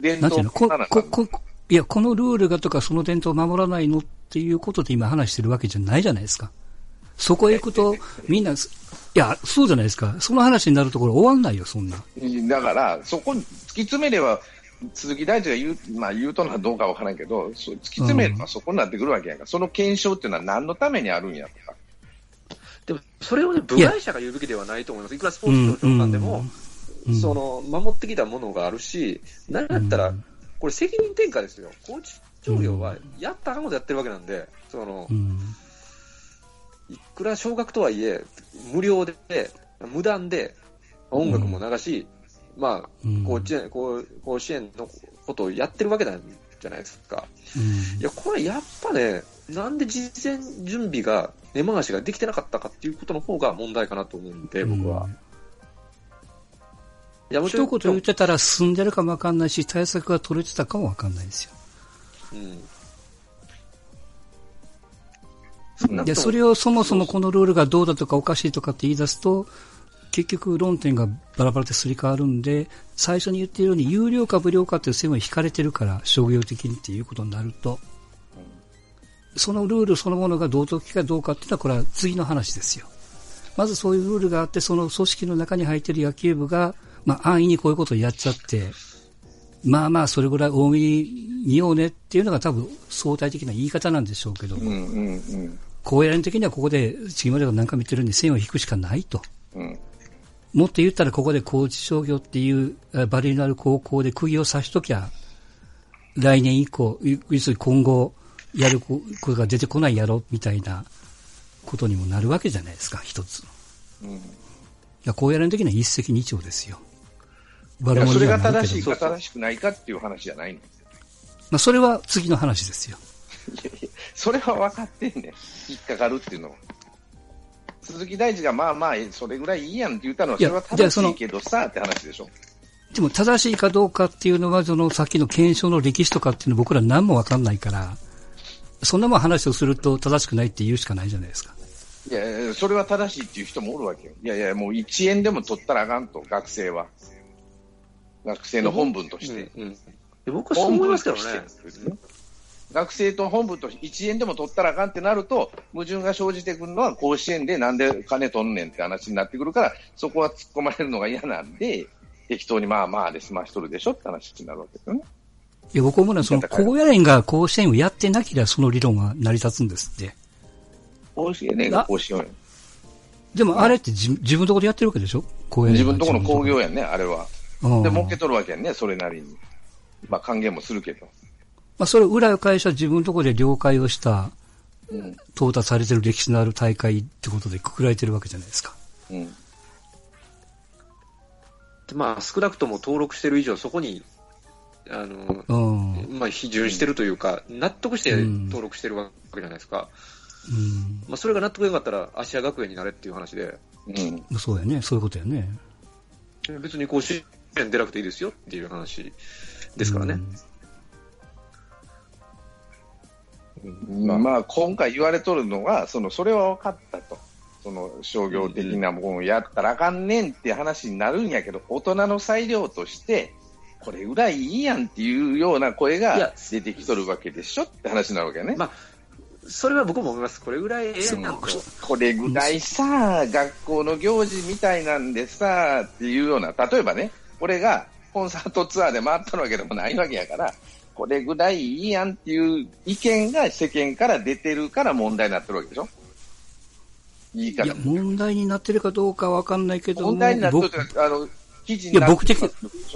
Speaker 3: 伝
Speaker 2: なんていうのこ
Speaker 3: 統を守らなあか
Speaker 2: こ
Speaker 3: んの
Speaker 2: こいや、このルールがとか、その伝統を守らないのっていうことで今話してるわけじゃないじゃないですか。そこへ行くと、みんな、いや、そうじゃないですか。その話になるところ終わんないよ、そんな。
Speaker 3: だから、そこに突き詰めれば、鈴木大臣が言う,、まあ、言うとのはどうかわからんけど、そう突き詰めればそこになってくるわけやんか、その検証っていうのは何のためにあるんやとか、
Speaker 1: でも、それをね、部外者が言うべきではないと思います。いくらスポーツ協
Speaker 2: う
Speaker 1: 調
Speaker 2: ん
Speaker 1: 官でも、
Speaker 2: うん
Speaker 1: その、守ってきたものがあるし、なんだったら、
Speaker 2: うん
Speaker 1: これ責任転嫁ですよ。高知商業は、やったらあかんことやってるわけなんで、その
Speaker 2: う、ん。
Speaker 1: いくら少額とはいえ、無料で、無断で、音楽も流し、まあ、
Speaker 2: うん
Speaker 1: 甲子園、甲甲子園のことをやってるわけなんじゃないですか。
Speaker 2: うん
Speaker 1: いや、これやっぱね、なんで事前準備が、根回しができてなかったかっていうことの方が問題かなと思うんで、僕は。いや、もちろ
Speaker 2: 一
Speaker 1: ん、
Speaker 2: 言言ってたら進んでるかもわかんないし、対策が取れてたかもわかんないですよ。
Speaker 1: うん。
Speaker 3: うん
Speaker 2: で、それをそもそもこのルールがどうだとかおかしいとかって言い出すと、結局論点がバラバラですり替わるんで、最初に言ってるように有料か無料かっていう線は引かれてるから、商業的にっていうことになると、そのルールそのものが道徳的かどうかっていうのはこれは次の話ですよ。まずそういうルールがあって、その組織の中に入ってる野球部が、まあ安易にこういうことをやっちゃって、まあまあそれぐらい多めに見ようねっていうのが多分相対的な言い方なんでしょうけども
Speaker 3: う、んうんうん
Speaker 2: 高野連的にはここで、チームレーなんか見てるんで線を引くしかないと。
Speaker 3: うん、
Speaker 2: もっと言ったらここで高知商業っていうえバリューのある高校で釘を刺しときゃ、来年以降、い要するに今後やるこことが出てこないやろ、みたいなことにもなるわけじゃないですか、一つ。いや、高野連的には一石二鳥ですよ。
Speaker 3: いやそれが
Speaker 2: 悪者にはなるけ
Speaker 3: 正
Speaker 2: ど
Speaker 3: しいか正しくないかっていう話じゃないの、
Speaker 2: まあ、それは次の話ですよ。
Speaker 3: それは分かってんねん、引っかかるっていうのは。鈴木大臣がまあまあ、えそれぐらいいいやんって言ったのは、
Speaker 2: い
Speaker 3: そ
Speaker 2: や
Speaker 3: れは
Speaker 2: じゃあそ
Speaker 3: 正し
Speaker 2: の
Speaker 3: いけどさって話でしょ。
Speaker 2: でも正しいかどうかっていうのは、そのさっきの検証の歴史とかっていうの僕ら何もわかんないから、そんなもん話をすると正しくないって言うしかないじゃないですか。
Speaker 3: いやいや、それは正しいっていう人もおるわけよ。いやいや、もう1円でも取ったらあかんと、学生は。学生の本分として。
Speaker 1: うんうんで僕はそう思いますけどね。
Speaker 3: 学生と本部と1円でも取ったらあかんってなると、矛盾が生じてくるのは甲子園でなんで金取んねんって話になってくるから、そこは突っ込まれるのが嫌なんで、適当にまあまあで済ましとるでしょって話になるわけですよね。
Speaker 2: いや、僕思うのは、その高野連が甲子園をやってなければその理論は成り立つんですって。
Speaker 3: 甲子園ね、
Speaker 2: あ
Speaker 3: 甲子園や。
Speaker 2: でもあれって自自分のところでやってるわけでしょ高野連
Speaker 3: 自
Speaker 2: が
Speaker 3: 分とこの工業やんね、あれは。
Speaker 2: うん
Speaker 3: で、儲けとるわけやんね、それなりに。まあ還元もするけど。
Speaker 2: まあ、それを裏を返しは自分のところで了解をした、
Speaker 3: うん。
Speaker 2: 淘汰されてる歴史のある大会ってことでくくられてるわけじゃないですか。
Speaker 3: うん。
Speaker 1: まあ、少なくとも登録してる以上、そこに、あの、
Speaker 2: うん。うん。
Speaker 1: まあ、批准してるというか、納得して
Speaker 2: うん
Speaker 1: 登録してるわけじゃないですか。まあ、それが納得がなかったら、芦屋学園になれっていう話で、
Speaker 3: うん。
Speaker 2: そうやね。そういうことやね。
Speaker 1: 別に甲子園出なくていいですよっていう話ですからね。
Speaker 3: まあ、まあ今回言われとるのが、そのそれは分かったと、その商業的なもんやったらあかんねんって話になるんやけど、大人の裁量として、これぐらいいいやんっていうような声
Speaker 1: いや
Speaker 3: が出てきとるわけでしょって話になるわけね。
Speaker 1: まあそれは僕も思います。これぐらいええやんと。
Speaker 3: これぐらいさ、学校の行事みたいなんでさ、っていうような、例えばね、俺がコンサートツアーで回っとるわけでもないわけやから、これぐらいいいやんっていう意見が世間から出てるから問題になってるわけでしょ言い
Speaker 2: いや
Speaker 3: 方。、
Speaker 2: 問題になってるかどうかわかんないけども
Speaker 3: 問題になってる
Speaker 2: 僕
Speaker 3: というかあの、記事
Speaker 2: い
Speaker 3: に
Speaker 2: や
Speaker 3: なっ
Speaker 2: 僕
Speaker 3: てる
Speaker 2: 的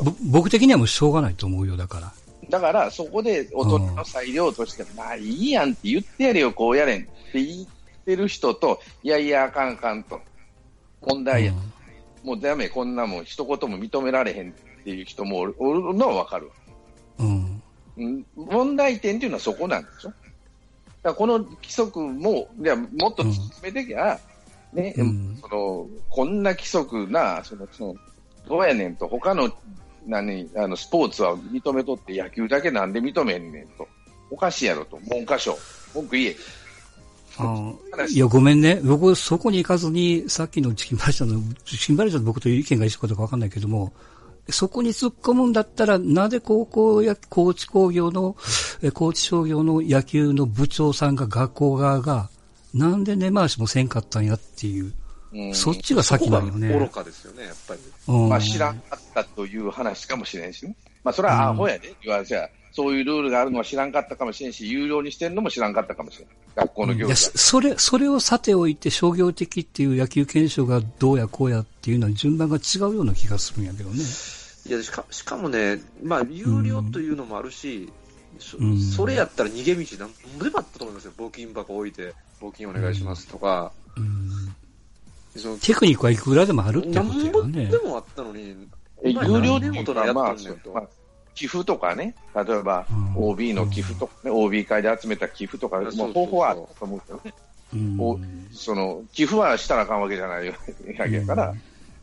Speaker 2: ぼ僕的にはもうしょうがないと思うよ、だから。
Speaker 3: だから、そこで大人の裁量として、まあいいやんって言ってやれよ、こうやれんって言ってる人と、いやいや、あかんあかんと。問題や。
Speaker 2: うん
Speaker 3: もうダメ、こんなもん一言も認められへんっていう人もおるおるのはわかるわ。
Speaker 2: うん。
Speaker 3: うん問題点っていうのはそこなんでしょだからこの規則も、いやもっと詰めてきゃ、ね、
Speaker 2: うん
Speaker 3: その、こんな規則な、その、その、どうやねんと、他の、何、あの、スポーツは認めとって、野球だけなんで認めんねんと。おかしいやろと、文科省。文句言え。
Speaker 2: あいや、ごめんね。僕、そこに行かずに、さっきのチキンバレちゃんの、チキンバレちゃんと僕と意見が一緒かどうかわかんないけども、そこに突っ込むんだったら、なぜ高校や、高知工業の、え高知商業の野球の部長さんが、学校側が、なんで根回しもせんかったんやっていう、
Speaker 3: うん
Speaker 2: そっちが先なんよね。
Speaker 1: 愚かですよね、やっぱり。
Speaker 2: うん
Speaker 3: まあ、知らんかったという話かもしれんしね。まあ、それはアホやで、言われちゃそういうルールがあるのは知らんかったかもしれんし、有料にしてんのも知らんかったかもしれん。学校の行
Speaker 2: いや
Speaker 3: 事
Speaker 2: そそれ、それをさておいて商業的っていう野球検証がどうやこうやっていうのは順番が違うような気がするんやけどね。
Speaker 1: いやしかしかもね、まあ、有料というのもあるし、そ
Speaker 2: うん
Speaker 1: それやったら逃げ道なんぼでもあったと思いますよ、募金箱置いて、募金お願いしますとか、
Speaker 2: うん
Speaker 1: その
Speaker 2: テクニックはいくらでもあるって
Speaker 1: な
Speaker 2: こと
Speaker 1: ん
Speaker 2: や
Speaker 1: ぼ
Speaker 2: よね
Speaker 1: で。もあったのに、
Speaker 3: え
Speaker 1: まあ
Speaker 3: 有料
Speaker 1: なんで大人
Speaker 3: ま
Speaker 1: や
Speaker 3: あ
Speaker 1: っ
Speaker 3: まあ
Speaker 1: とんねんと。
Speaker 3: まあ寄付とかね、例えば
Speaker 2: うん
Speaker 3: OB の寄付とか、ね OB 会で集めた寄付とか、
Speaker 1: そう
Speaker 3: まあ、
Speaker 1: そうそう
Speaker 3: 方法はあると思うけどね、
Speaker 2: うん
Speaker 3: おその寄付はしたらあかんわけじゃないわけだから、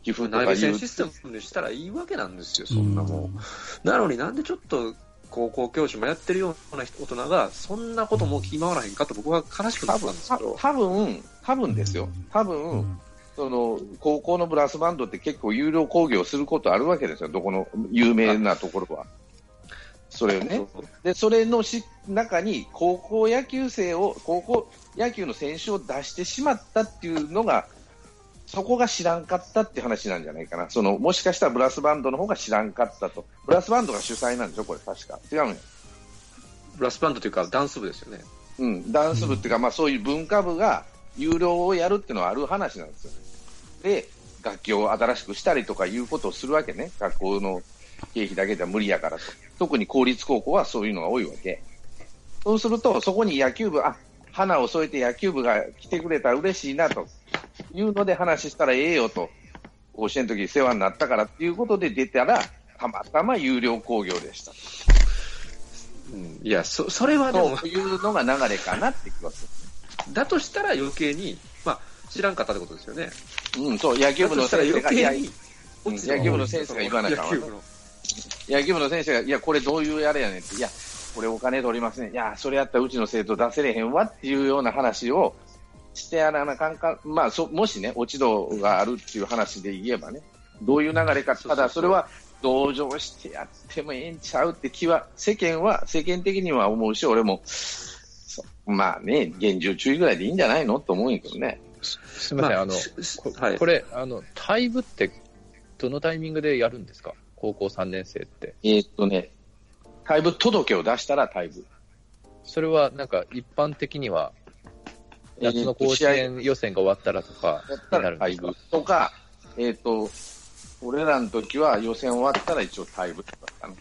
Speaker 3: 寄付と
Speaker 1: 投
Speaker 3: か
Speaker 1: げ
Speaker 3: い
Speaker 1: 銭
Speaker 3: う
Speaker 1: システムにしたらいいわけなんですよ、そんなもん。なのになんでちょっと高校教師もやってるような人大人が、そんなこともう気回らへんかと僕は悲しくな
Speaker 3: 多
Speaker 1: った
Speaker 3: 分
Speaker 1: んです
Speaker 3: た
Speaker 1: けど、
Speaker 3: 多分多分ですよ、多分、
Speaker 2: うん
Speaker 3: その高校のブラスバンドって結構有料講義をすることあるわけですよ、どこの有名なところは。それをね、
Speaker 1: そう
Speaker 3: で、それのし中に高校野球生を、高校野球の選手を出してしまったっていうのが、そこが知らんかったって話なんじゃないかな。その、もしかしたらブラスバンドの方が知らんかったと。ブラスバンドが主催なんでしょこれ確か。違うね。
Speaker 1: ブラスバンドというかダンス部ですよね。
Speaker 3: うん。ダンス部っていうか、まあそういう文化部が有料をやるっていうのはある話なんですよ。で、楽器を新しくしたりとかいうことをするわけね。学校の経費だけじゃ無理やからと。特に公立高校はそういうのが多いわけ。そうすると、そこに野球部、あ、花を添えて野球部が来てくれたら嬉しいなというので話したらええよと。甲子園の時世話になったからっていうことで出たら、たまたま有料工業でした。
Speaker 1: うん、いやそ、それはでも
Speaker 3: というのが流れかなって気がす
Speaker 1: だとしたら余計に、まあ、知らんかったってことですよね。
Speaker 3: る。うん、そう、野球
Speaker 1: だ
Speaker 3: 部
Speaker 1: と
Speaker 3: の
Speaker 1: したら
Speaker 3: 先生
Speaker 1: 余
Speaker 3: が、いや
Speaker 1: 計に、
Speaker 3: うん野球部の先生が言わなきゃ
Speaker 1: 野球部の
Speaker 3: 野球部の先生が、いや、これどういうやれやねんって、いや、これお金取りますねん、いや、それやったらうちの生徒出せれへんわっていうような話をしてやらなあかんか、まあ、そもしね、落ち度があるっていう話で言えばね、どういう流
Speaker 1: そ
Speaker 3: れか、
Speaker 1: うそうそう
Speaker 3: ただそれは同情してやってもええんちゃうって気は、世間は、世間的には思うし、俺も、そまあね、厳重注意ぐらいでいいんじゃないのと思うんやけどね。
Speaker 4: すみません、
Speaker 1: ま
Speaker 4: あ、
Speaker 1: あ
Speaker 4: の、
Speaker 1: しし
Speaker 4: こ
Speaker 1: はい
Speaker 4: これ、あの、退部って、どのタイミングでやるんですか高校3年生って。
Speaker 3: えーっとね、退部届を出したら退部。
Speaker 4: それは、なんか、一般的には、夏の甲子園予選が終わったらとか
Speaker 3: やっ、た
Speaker 4: に
Speaker 3: ら
Speaker 4: なるんで
Speaker 3: 退
Speaker 4: すか
Speaker 3: 部とか、えっ、と、俺らの時は予選終わったら一応退部とかあの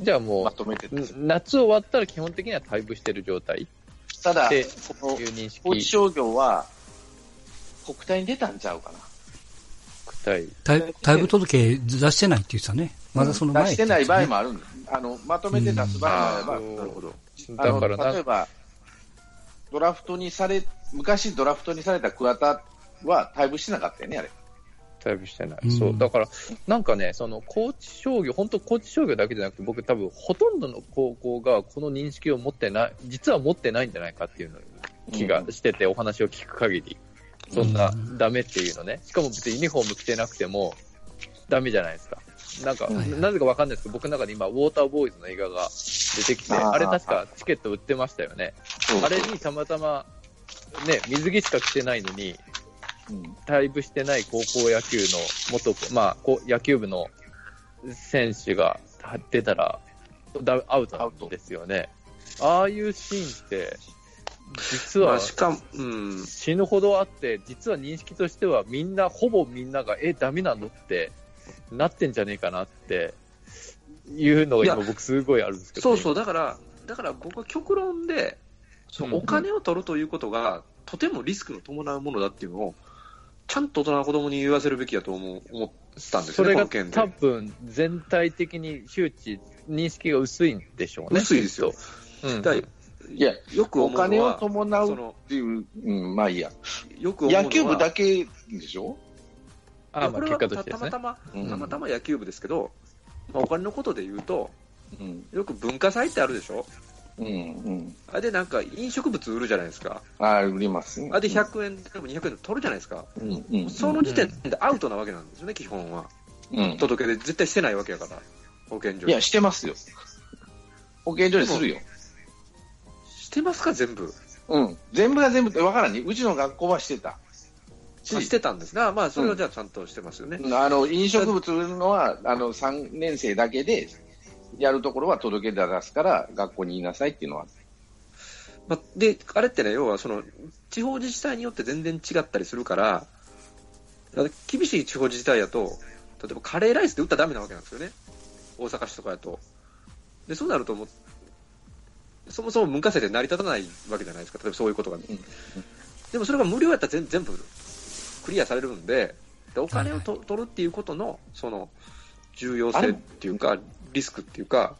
Speaker 4: じゃあも
Speaker 3: まとめて
Speaker 4: う
Speaker 3: たんです、よ
Speaker 4: 夏終わったら基本的には退部してる状態
Speaker 3: ただ、
Speaker 4: で
Speaker 3: この
Speaker 4: という認識、
Speaker 3: 高知
Speaker 4: 国
Speaker 3: 商業は国体に出たんちゃうかな。
Speaker 4: 体。
Speaker 2: タイタイム届出してないって言ってたね。まだその前、
Speaker 3: 出してない場合。もあるんですあの、まとめて出す場合もあれば、
Speaker 4: うん
Speaker 1: なるほど。
Speaker 3: あ
Speaker 4: だ
Speaker 3: の
Speaker 4: から
Speaker 3: 例え
Speaker 4: な、
Speaker 3: ば、ドラフトにされ、昔ドラフトにされた桑田は退部してなかったよね、あれ。
Speaker 4: 退部してな
Speaker 2: う
Speaker 4: い。
Speaker 2: ん
Speaker 4: そう。だから、なんかね、その、高知商業、本当高知商業だけじゃなくて、僕多分、ほとんどの高校がこの認識を持ってない、実は持ってないんじゃないかっていうの気がしてて、お話を聞く限り。そんな
Speaker 2: う、ん
Speaker 4: ダメっていうのね。しかも別にユニフォーム着てなくても、ダメじゃないですか。なんか、
Speaker 2: はい
Speaker 4: なぜかわかんないですけど、僕の中で今、ウォーターボーイズの映画が出てきて、
Speaker 3: あー
Speaker 4: あれ確かチケット売ってましたよね。
Speaker 3: そう
Speaker 4: あれにたまたま、ね、水着しか着てないのに、
Speaker 3: うん
Speaker 4: 退部してない高校野球の元、まあ、こう野球部の選手が出たら、ダアウトなんですよね。ああいうシーンって、実
Speaker 1: ま
Speaker 4: は
Speaker 1: あ、しかも、うん、
Speaker 4: 死ぬほどあって、実は認識としてはみんな、ほぼみんなが、え、ダメなのってなってんじゃねえかなっていうのが今
Speaker 1: いや
Speaker 4: 僕すごいあるんですけど、
Speaker 1: そうそう、だから、だから僕は極論で、その
Speaker 4: う
Speaker 1: お
Speaker 4: ん
Speaker 1: 金を取るということが、とてもリスクの伴うものだっていうのを、ちゃんと大人の子供に言わせるべきだと思う思ったんです
Speaker 4: そ
Speaker 1: よね、
Speaker 4: れ
Speaker 1: こ
Speaker 4: が
Speaker 1: の件
Speaker 4: 多
Speaker 1: で。
Speaker 4: 分全体的に周知、認識が薄いんでしょうね。
Speaker 1: 薄いですよ。
Speaker 4: うん。
Speaker 1: だから
Speaker 3: いや、
Speaker 1: よく
Speaker 3: お
Speaker 1: 思う
Speaker 3: 金
Speaker 1: の
Speaker 3: を
Speaker 1: は、
Speaker 3: 伴う
Speaker 1: そ
Speaker 3: っ
Speaker 1: の
Speaker 3: ていう、うん、まあいいや。
Speaker 1: よく思うのは
Speaker 3: 野球部だけでしょ
Speaker 1: い
Speaker 4: あ
Speaker 1: や
Speaker 4: ま
Speaker 1: こ
Speaker 4: あ
Speaker 1: れ
Speaker 4: 結
Speaker 1: は
Speaker 4: 果として
Speaker 1: た
Speaker 4: です
Speaker 1: ま
Speaker 4: ね。
Speaker 1: たま、
Speaker 3: うん
Speaker 1: たまたま野球部ですけど、まあ、お金のことで言うと、
Speaker 3: うん。
Speaker 1: よく文化祭ってあるでしょ、
Speaker 3: うん。うん。
Speaker 1: あれでなんか飲食物売るじゃないですか、
Speaker 3: あー売りますね。
Speaker 1: あれで100円でも200円でも取るじゃないですか、
Speaker 3: うん。うん。
Speaker 1: その時点でアウトなわけなんですよね、基本は。
Speaker 3: うん。
Speaker 1: 届け出絶対してないわけやから、保健所
Speaker 3: い
Speaker 1: に
Speaker 3: や、してますよ。保健所にするよ。
Speaker 1: してますか、全部。
Speaker 3: うん。全部が全部ってわからんね。うちの学校はしてた。
Speaker 1: あしてたんですが、まあ、それはじゃあちゃんとしてますよね。
Speaker 3: うんあの、飲食物売るのは、あの、3年生だけで、やるところは届け出すから、学校に言いなさいっていうのは。
Speaker 1: まあ、で、あれってね、要はその、地方自治体によって全然違ったりするから、だから厳しい地方自治体やと、例えばカレーライスで売ったらダメなわけなんですよね。大阪市とかやと。で、そうなるともう、そもそも文化祭で成り立たないわけじゃないですか。例えばそういうことがね。
Speaker 3: うん
Speaker 1: でもそれが無料やったら全全部クリアされるんで、でお金をと、取るっていうことの、その、重要性っていうか、リスクっていうか、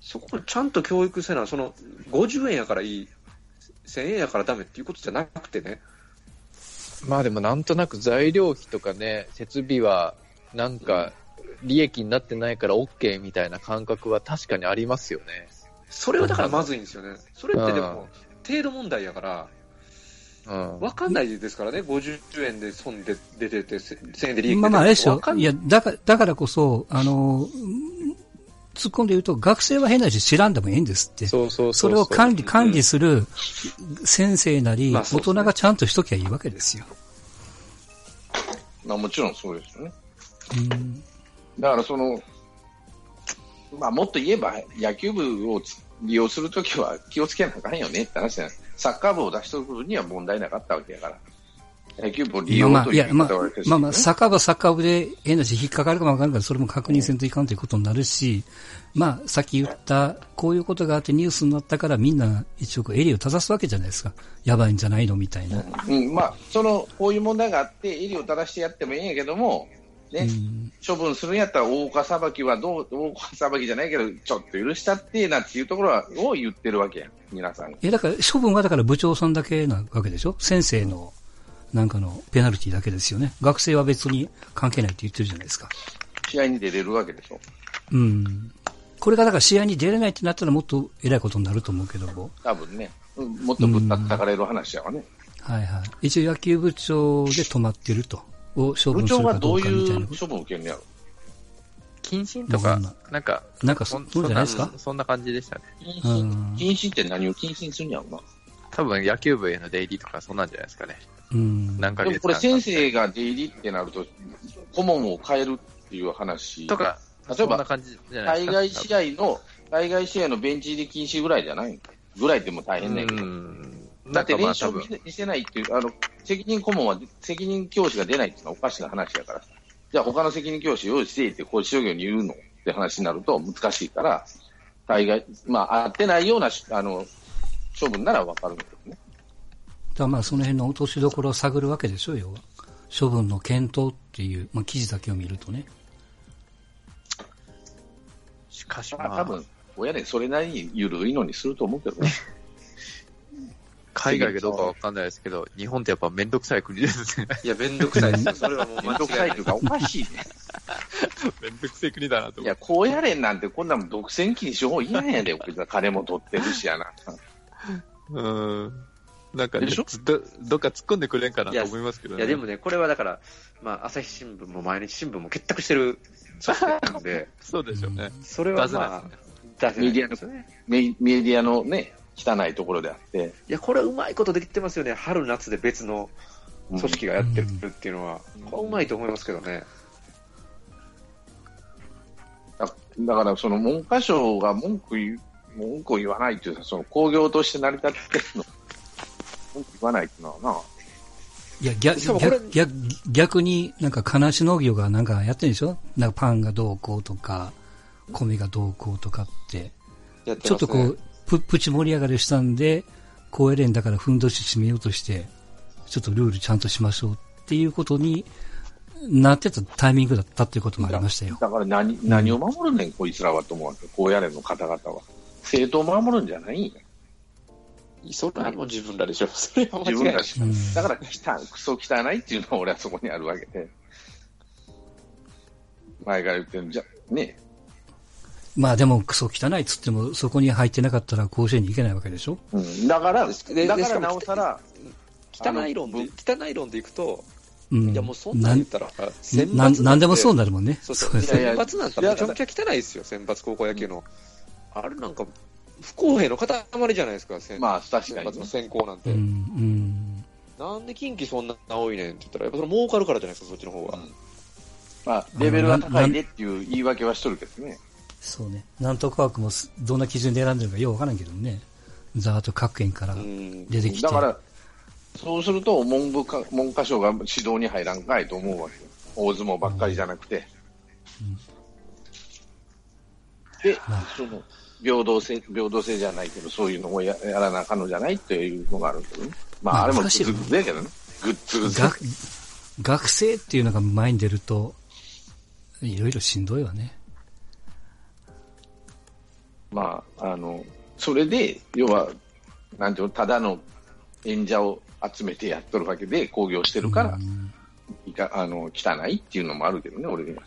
Speaker 1: そこをちゃんと教育せな、その、50円やからいい、1000円やからダメっていうことじゃなくてね、
Speaker 4: まあでもなんとなく材料費とかね、設備はなんか利益になってないから OK みたいな感覚は確かにありますよね。
Speaker 1: それはだからまずいんですよね。それってで
Speaker 4: うん
Speaker 1: も、程度問題やから、
Speaker 4: うん。
Speaker 1: わかんないですからね、50円で損で出てて、1000円で利益出て
Speaker 2: まあまあ、あれです
Speaker 1: わ
Speaker 2: よ
Speaker 1: か。ん
Speaker 2: い
Speaker 1: ない
Speaker 2: や、だから、だからこそ、あの、突っ込んで言うと、学生は変なし知らんでもいいんですって。
Speaker 4: そうそう
Speaker 2: そ
Speaker 4: そう
Speaker 2: れを管理、管理する先生なり、
Speaker 1: ま
Speaker 2: 大
Speaker 1: あそうです
Speaker 2: 人
Speaker 1: ね
Speaker 2: がちゃんとしときゃいいわけですよ。
Speaker 3: まあもちろんそうですよね。
Speaker 2: うん
Speaker 3: だからその、まあもっと言えば、野球部をつ利用するときは気をつけなあかんよねって話じゃない。サッカー部を出しとることには問題なかったわけやから。野球部を利
Speaker 2: まあまあ、
Speaker 3: 用と
Speaker 2: い
Speaker 3: いう
Speaker 2: や、
Speaker 3: 言い
Speaker 2: まあ
Speaker 3: 方はあれで、す
Speaker 2: ま
Speaker 3: よ
Speaker 2: あ
Speaker 3: ね
Speaker 2: まあ、サッカー部はサッカー部で変なし引っかかるかもわかるから、それも確認せんといかんということになるし、まあ、さっき言った、こういうことがあってニュースになったから、みんな一応こう襟を正すわけじゃないですか。やばいんじゃないのみたいな。
Speaker 3: うん、まあ、その、こういう問題があって、襟を正してやってもいいんやけども、ね、
Speaker 2: うん
Speaker 3: 処分するんやったら、大岡裁きはどう、大岡裁きじゃないけど、ちょっと許したって、なっていうところはを言ってるわけや、皆さんが。
Speaker 2: え、だから、処分はだから部長さんだけなわけでしょ先生の、なんかのペナルティだけですよね。学生は別に関係ないって言ってるじゃないですか。
Speaker 3: 試合に出れるわけでしょ。
Speaker 2: うん。これがだから試合に出れないってなったらもっと偉いことになると思うけども。
Speaker 3: 多分ね。うんもっとぶったたかれる話やわね。
Speaker 2: はいはい。一応野球部長で止まってると。を処
Speaker 3: 部
Speaker 2: 分す
Speaker 3: 長
Speaker 2: る
Speaker 3: は
Speaker 2: か
Speaker 3: ど
Speaker 2: ど
Speaker 3: う
Speaker 2: うかみ
Speaker 3: い
Speaker 2: たいな
Speaker 3: う
Speaker 2: こ
Speaker 3: 処分を受けるんのやろ。
Speaker 4: 謹慎と
Speaker 2: わ
Speaker 4: か
Speaker 2: かんない、
Speaker 4: なんか、
Speaker 2: と。なんかそ、そうじゃないですか
Speaker 4: そんな感じでしたね。
Speaker 3: 禁
Speaker 2: うん
Speaker 3: 止禁止って何を禁止にするんやろな。
Speaker 4: 多分野球部への出入りとかそんなんじゃないですかね。
Speaker 2: うん。
Speaker 4: 何ヶ
Speaker 3: で
Speaker 4: 月
Speaker 3: も
Speaker 4: 間
Speaker 3: これ先生が出入りってなると、顧問を変えるっていう話。
Speaker 4: とか、
Speaker 3: 例
Speaker 4: そ
Speaker 3: え
Speaker 4: んな
Speaker 3: ば、
Speaker 4: 感じじゃな
Speaker 3: 対
Speaker 4: い
Speaker 3: 外
Speaker 4: ですか。
Speaker 3: 試合の、対外試合のベンチ入り禁止ぐらいじゃないぐらいでも大変だけど。
Speaker 4: うん。
Speaker 3: だ
Speaker 4: な
Speaker 3: っ
Speaker 4: ん
Speaker 3: て
Speaker 4: かま
Speaker 3: 練
Speaker 4: あ
Speaker 3: 習
Speaker 4: 多
Speaker 3: を
Speaker 4: 分
Speaker 3: 見、せ見せないっていう、あの、責任顧問は責任教師が出ないっていうのはおかしな話だから、じゃあ他の責任教師用意していって、こう商業に言うのって話になると難しいから、大概、まあ、合ってないようなし、あの、処分ならわかるんだけどね。
Speaker 2: だからまあその辺の落としどころを探るわけでしょ、要は。処分の検討っていう、まあ記事だけを見るとね。
Speaker 4: しかし
Speaker 3: ま
Speaker 4: ま
Speaker 3: あ、多
Speaker 4: あ、
Speaker 3: 分、親ね、それなりに緩いのにすると思うけどね。
Speaker 4: 海外がどうかわかんないですけど、日本ってやっぱめんどくさい国ですね。
Speaker 1: いや、めんどくさいですよ。それはもう
Speaker 3: め
Speaker 1: 間
Speaker 3: んどくさ
Speaker 1: 違
Speaker 3: い
Speaker 1: いな
Speaker 3: とい。
Speaker 1: いう
Speaker 3: か、おかしいね。
Speaker 4: めんどくせえ国だなと
Speaker 3: い
Speaker 4: 思っ
Speaker 3: や、こうやれんなんて、こんなんも独占禁止法嫌なんやで、別に金も取ってるしやな。
Speaker 4: て。うん。なんか、
Speaker 3: でしょ
Speaker 4: ど、どっか突っ込んでくれんかなと
Speaker 1: いや
Speaker 4: 思いますけど
Speaker 1: い
Speaker 4: ね。
Speaker 1: や、でもね、これはだから、まあ、朝日新聞も毎日新聞も結託してる組織
Speaker 2: (laughs)
Speaker 1: なんで、
Speaker 4: そうでしょうね。
Speaker 1: それはまあ、出せないですよね。
Speaker 3: メメディアのね、汚いところであって、
Speaker 1: いや、これはうまいことできてますよね。春夏で別の組織がやってるっていうのは。
Speaker 3: うん
Speaker 1: これはうまいと思いますけどね。
Speaker 3: だだから、その文科省が文句言う文句を言わないというか、その工業として成り立ってるの、文句言わないっていうのは
Speaker 2: や、逆
Speaker 1: しかもこれ
Speaker 2: 逆逆逆に、なんか、金足農業がなんかやってるんでしょなんかパンがどうこうとか、米がどうこうとかって。
Speaker 1: やって
Speaker 2: ちょ
Speaker 1: ま
Speaker 2: っ
Speaker 1: す
Speaker 2: と
Speaker 1: ね
Speaker 2: こう、ププチ盛り上がりしたんで、高エレンだからふんどし締めようとして、ちょっとルールちゃんとしましょうっていうことになってたタイミングだったっていうこともありましたよ
Speaker 3: な、。だから何何を守るねん、こいつらはと思うわけ、高野連の方々は。政党を守るんじゃないんや。
Speaker 4: それはもう自分らでしょ。それは間
Speaker 3: 自
Speaker 4: 違い
Speaker 3: 分
Speaker 4: ない
Speaker 3: ら。し
Speaker 2: うん
Speaker 3: だから汚い、クソ汚いっていうのは俺はそこにあるわけで。前から言ってるじゃ、ね
Speaker 2: まあでも、クソ汚いっつっても、そこに入ってなかったら甲子園に行けないわけでしょ
Speaker 3: うん、だから、
Speaker 1: で
Speaker 3: だ
Speaker 1: で
Speaker 3: か
Speaker 1: し
Speaker 3: ら
Speaker 1: かも
Speaker 3: なおさら、
Speaker 1: 汚い論で
Speaker 3: あ、
Speaker 1: 汚い論でいくと、
Speaker 2: うん。
Speaker 1: いやもうそんなん言ったら、選抜
Speaker 2: な
Speaker 1: なんんて
Speaker 2: なんでもそうなるもんね。
Speaker 1: そう
Speaker 2: そ
Speaker 1: そうう。選
Speaker 2: です
Speaker 3: いやいや
Speaker 1: 抜なんてめちゃくちゃ汚いですよ、選抜高校野球の。あれなんか、不公平の塊じゃないですか、選,、
Speaker 3: まあ、確
Speaker 1: 選
Speaker 3: か
Speaker 1: 抜
Speaker 3: に
Speaker 1: の
Speaker 3: ね。
Speaker 1: 選考なん
Speaker 2: う
Speaker 1: て、
Speaker 2: ん、うん。
Speaker 1: なんで近畿そんな多いねんって言ったら、やっぱそれ儲かるからじゃないですか、そっちの方が。
Speaker 3: うんまあ、レベルが高いねっていう言い訳はしとるけどね。
Speaker 2: そうね。なんとか枠もすどんな基準で選んでるのかようわからんけどね。ざーっと各県から
Speaker 1: うん
Speaker 2: 出てきて。
Speaker 3: だから、そうすると文部科、文科省が指導に入らんかいと思うわけよ。大相撲ばっかりじゃなくて。で、その、平等性、平等性じゃないけど、そういうのもややらなあかんのじゃないっていうのがあるけどね。ま
Speaker 2: まあ
Speaker 3: あ、あれもグ
Speaker 2: 難しい
Speaker 3: ッズグズやけどね。グッズグズ。
Speaker 2: 学、学生っていうのが前に出ると、いろいろしんどいわね。
Speaker 3: まあ、あの、それで、要は、なんていうの、ただの演者を集めてやっとるわけで、興行してるから
Speaker 2: う、ん
Speaker 3: いかあの汚いっていうのもあるけどね、俺には。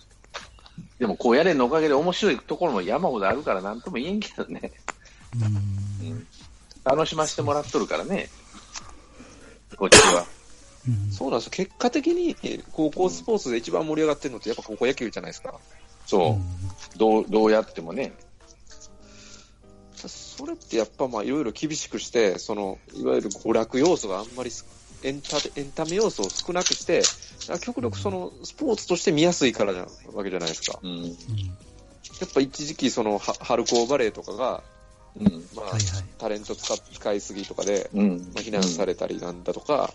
Speaker 3: でも、こうやれんのおかげで面白いところも山ほどあるから、なんとも言えんけどね、
Speaker 2: うん
Speaker 3: 楽しませてもらっとるからね、こっちは。
Speaker 2: うん
Speaker 1: そうなんですよ結果的に高校スポーツで一番盛り上がってるのって、やっぱ高校野球じゃないですか。
Speaker 3: そう、どうどうやってもね、
Speaker 1: それってやっぱまあいろいろ厳しくして、そのいわゆる娯楽要素があんまりすエンタテエンタメ要素を少なくして、極力そのスポーツとして見やすいからなわけじゃないですか。
Speaker 3: うん、
Speaker 2: うん
Speaker 1: やっぱ一時期そのは春高バレーとかが、
Speaker 3: うん、
Speaker 1: まあ
Speaker 2: はいはい
Speaker 1: タレント使使いすぎとかで、
Speaker 3: うん、
Speaker 1: まあ、非難されたりなんだとか、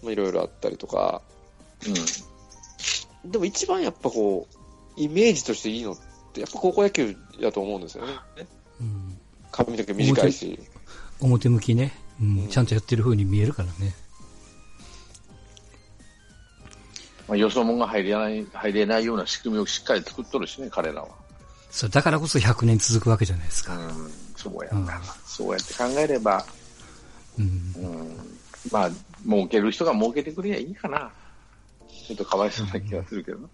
Speaker 1: まあいろいろあったりとか、
Speaker 3: うん、
Speaker 1: でも一番やっぱこう、イメージとしていいのって、やっぱ高校野球やと思うんですよね。
Speaker 2: うん
Speaker 1: 髪の毛短いし。
Speaker 2: 表向きね、うん
Speaker 1: うん
Speaker 2: ちゃんとやってる風に見えるからね。
Speaker 3: まあ、よそもんが入れない入れないような仕組みをしっかり作っとるしね、彼らは。
Speaker 2: それだからこそ100年続くわけじゃないです
Speaker 3: う
Speaker 2: か。
Speaker 3: ん、そうや
Speaker 2: うん
Speaker 3: な、そうやって考えれば、
Speaker 2: うん
Speaker 3: うん、まあ、儲ける人が儲けてくれりゃいいかな。ちょっとかわいそうな気がするけどな。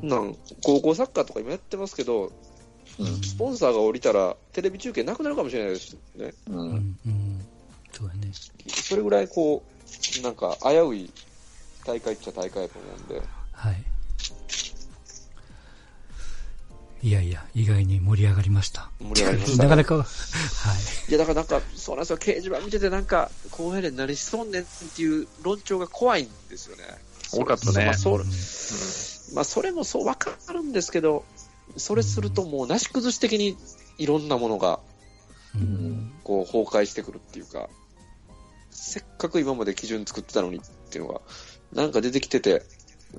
Speaker 1: こんなん高校サッカーとか今やってますけど、
Speaker 3: うん
Speaker 1: スポンサーが降りたら、テレビ中継なくなるかもしれないですしね。
Speaker 3: う
Speaker 2: うんんうんそうやね。
Speaker 1: それぐらい、こう、なんか、危うい大会っちゃ大会だと思うんで。
Speaker 2: はい。いやいや、意外に盛り上がりました。
Speaker 1: 盛り上がりました
Speaker 2: (laughs) な
Speaker 1: ね
Speaker 2: かなか、はい。
Speaker 1: いや、だからなんか、そうなんですよ。掲示板見てて、なんか、高平連なりしそうねんっていう論調が怖いんですよね。
Speaker 4: 多かったね
Speaker 1: まあ、そ
Speaker 2: うん
Speaker 1: まあ、それもそうわかるんですけど、それするともう、なし崩し的にいろんなものが、
Speaker 2: うん
Speaker 1: こう、崩壊してくるっていうか、せっかく今まで基準作ってたのにっていうのが、なんか出てきてて、やっ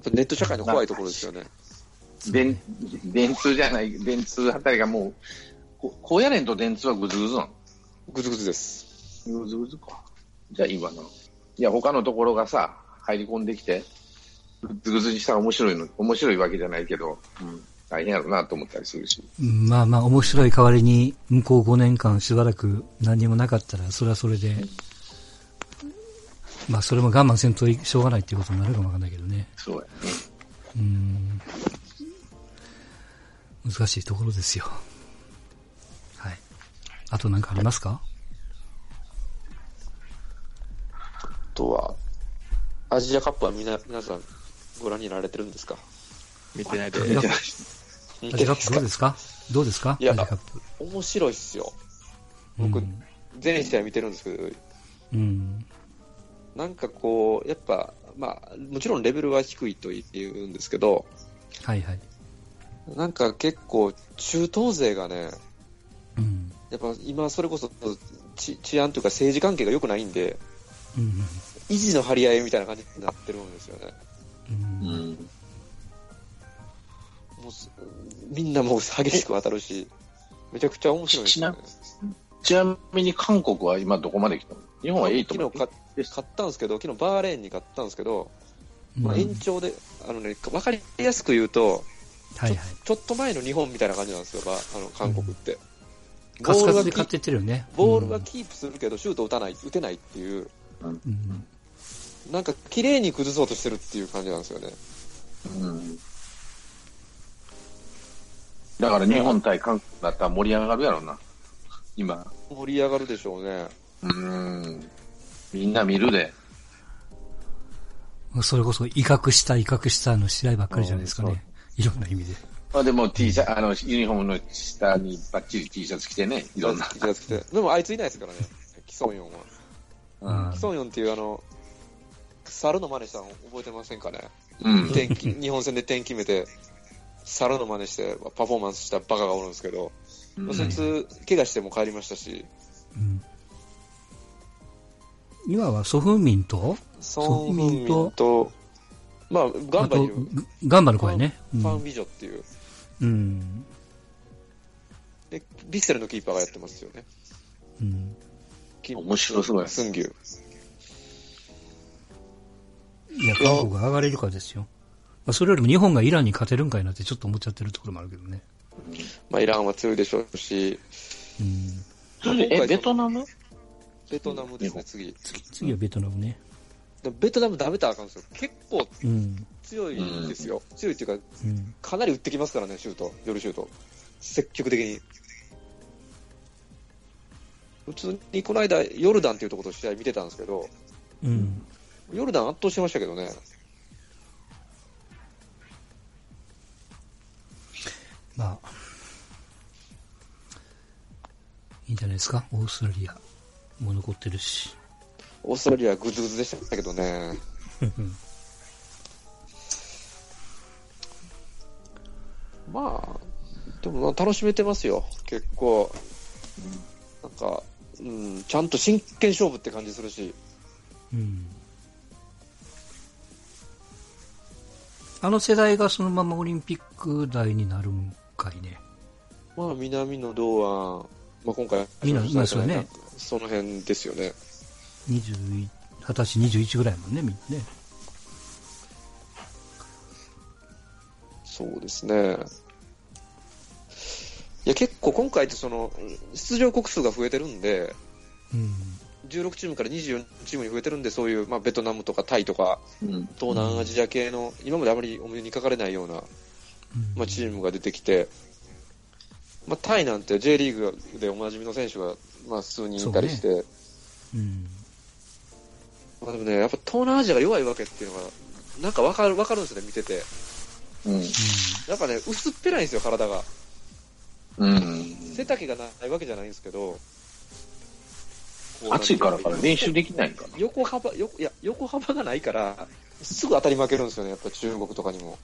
Speaker 1: ぱネット社会の怖いところですよね。
Speaker 3: 電電通じゃない、電通あたりがもう、こ高野連と電通はぐずぐずな
Speaker 1: ぐずぐずです。
Speaker 3: のぐずぐずか。じゃあいいわな。いや、他のところがさ、入り込んできて、ぐずぐずにしたら面白いの、面白いわけじゃないけど、うん、大変やろなと思ったりするし。
Speaker 2: まあまあ、面白い代わりに、向こう5年間しばらく何にもなかったら、それはそれで、まあ、それも我慢せんといしょうがないっていうことになるかもわかんないけどね。
Speaker 3: そうやね。
Speaker 2: うん。難しいところですよ。はい。あと何かありますか
Speaker 1: あとは、アジアカップはみな皆さんご覧になられてるんですか
Speaker 4: 見てないで。
Speaker 2: アジカッ
Speaker 1: 見
Speaker 2: プ
Speaker 1: て
Speaker 2: アジ
Speaker 1: ない
Speaker 2: カップどうですかどうですか
Speaker 1: いや
Speaker 2: アジカップ。
Speaker 1: 面白いっすよ。僕、
Speaker 2: うん
Speaker 1: 全試合見てるんですけど、
Speaker 2: うん。
Speaker 1: なんかこう、やっぱ、まあ、もちろんレベルは低いと言うんですけど、
Speaker 2: はいはい。
Speaker 1: なんか結構、中東勢がね、
Speaker 2: うん。
Speaker 1: やっぱ今、それこそ治治安というか政治関係が良くないんで、
Speaker 2: うん。
Speaker 1: 維持の張り合いみたいな感じになってるんですよね。
Speaker 2: うん。うん
Speaker 4: ん。
Speaker 1: もうすみんなもう激しく当たるし、めちゃくちゃ面白いですよね。
Speaker 3: ちなみに韓国は今どこまで来たの日本は8
Speaker 1: 昨
Speaker 3: ま
Speaker 1: 日
Speaker 3: で
Speaker 1: か勝ったんですけど、昨日バーレーンに勝ったんですけど、まあ、延長で、あのね、わかりやすく言うと、
Speaker 2: はいはい。
Speaker 1: ちょっと前の日本みたいな感じなんですよ、ばあの韓国って。
Speaker 2: カスカスで
Speaker 1: キ
Speaker 2: 買ってってるよね。
Speaker 1: ボールはキープするけど、シュート打たない、打てないっていう、
Speaker 2: うん。
Speaker 1: なんか綺麗に崩そうとしてるっていう感じなんですよね。
Speaker 3: うんだから日本対韓国だったら盛り上がるやろな、今。
Speaker 1: 盛り上がるでしょうね。
Speaker 3: うん。みんな見るで。
Speaker 2: うんそれこそ威嚇した威嚇したの試合ばっかりじゃないですか
Speaker 3: うん
Speaker 2: ね。いろんな意味で。
Speaker 3: あでも T シャツ、あの、ユニフォームの下にバッチリ T シャツ着てね、いろんな。
Speaker 1: 気がつけてでもあいついないですからね、キソンヨンは。
Speaker 3: うん
Speaker 1: キソンヨンっていうあの、猿の真似したの覚えてませんかね
Speaker 3: うん。
Speaker 1: 天気日本戦で点決めて、猿の真似してパフォーマンスしたバカがおるんですけど、
Speaker 3: うん
Speaker 1: そいつ、怪我しても帰りましたし、
Speaker 2: うん。今はソフンミンと、
Speaker 1: ソン・ミンと、まあ、ガ
Speaker 2: あ
Speaker 1: ンバ
Speaker 2: と、
Speaker 1: にいる
Speaker 2: グガンバの声ね。う
Speaker 1: ファン・
Speaker 2: ん。
Speaker 1: ビジョっていう、
Speaker 2: うん。
Speaker 1: でビッセルのキーパーがやってますよね。
Speaker 2: うん
Speaker 1: キ
Speaker 3: 面白そうです。
Speaker 1: スンギュ。
Speaker 2: いや、韓国が上がれるかですよ。まあ、それよりも日本がイランに勝てるんかいなってちょっと思っちゃってるところもあるけどね。
Speaker 1: まあ、イランは強いでしょうし、
Speaker 2: うん。
Speaker 3: え、ベトナム
Speaker 1: ベトナムですね、次。
Speaker 2: 次はベトナムね。
Speaker 1: でもベトナムダメたらあかんですよ。結構
Speaker 2: うん。
Speaker 1: 強いですよ。強いっていうか、
Speaker 2: うん。
Speaker 1: かなり打ってきますからね、シュート、夜シュート。積極的に。普通にこの間、ヨルダンっていうところと試合見てたんですけど、
Speaker 2: うん。
Speaker 1: ヨルダン圧倒してましたけどね。
Speaker 2: まあ。いいんじゃないですかオーストラリアも残ってるし。
Speaker 1: オーストラリアグズグズでしたけどね。
Speaker 2: うん
Speaker 1: まあ、でもまあ楽しめてますよ、結構。なんか、うん、ちゃんと真剣勝負って感じするし、
Speaker 2: うん。あの世代がそのままオリンピック代になるんかいね。
Speaker 1: まあ、南野、堂安、まあ、今回、
Speaker 2: 南野そうね
Speaker 1: その辺ですよね。
Speaker 2: 21、20歳21ぐらいもんね、みんなね。
Speaker 1: そうですね。いや、結構今回ってその、出場国数が増えてるんで、
Speaker 2: うん。
Speaker 1: 16チームから24チームに増えてるんで、そういう、まあ、ベトナムとかタイとか、
Speaker 3: うん。
Speaker 1: 東南アジア系の、今まであまりお目にかかれないような、まあ、チームが出てきて、まあ、タイなんて J リーグでおなじみの選手が、まあ、数人いたりして、
Speaker 2: うん。
Speaker 1: まあ、でもね、やっぱ東南アジアが弱いわけっていうのが、なんかわかる、わかるんですよね、見てて。
Speaker 3: うん。
Speaker 1: やっぱね、薄っぺらいんですよ、体が。
Speaker 3: うん。
Speaker 1: 背丈がないわけじゃないんですけど、
Speaker 3: 暑いからから
Speaker 1: ね。
Speaker 3: 練習できないんかな。
Speaker 1: 横幅、横いや横幅がないから、すぐ当たり負けるんですよね、やっぱ中国とかにも。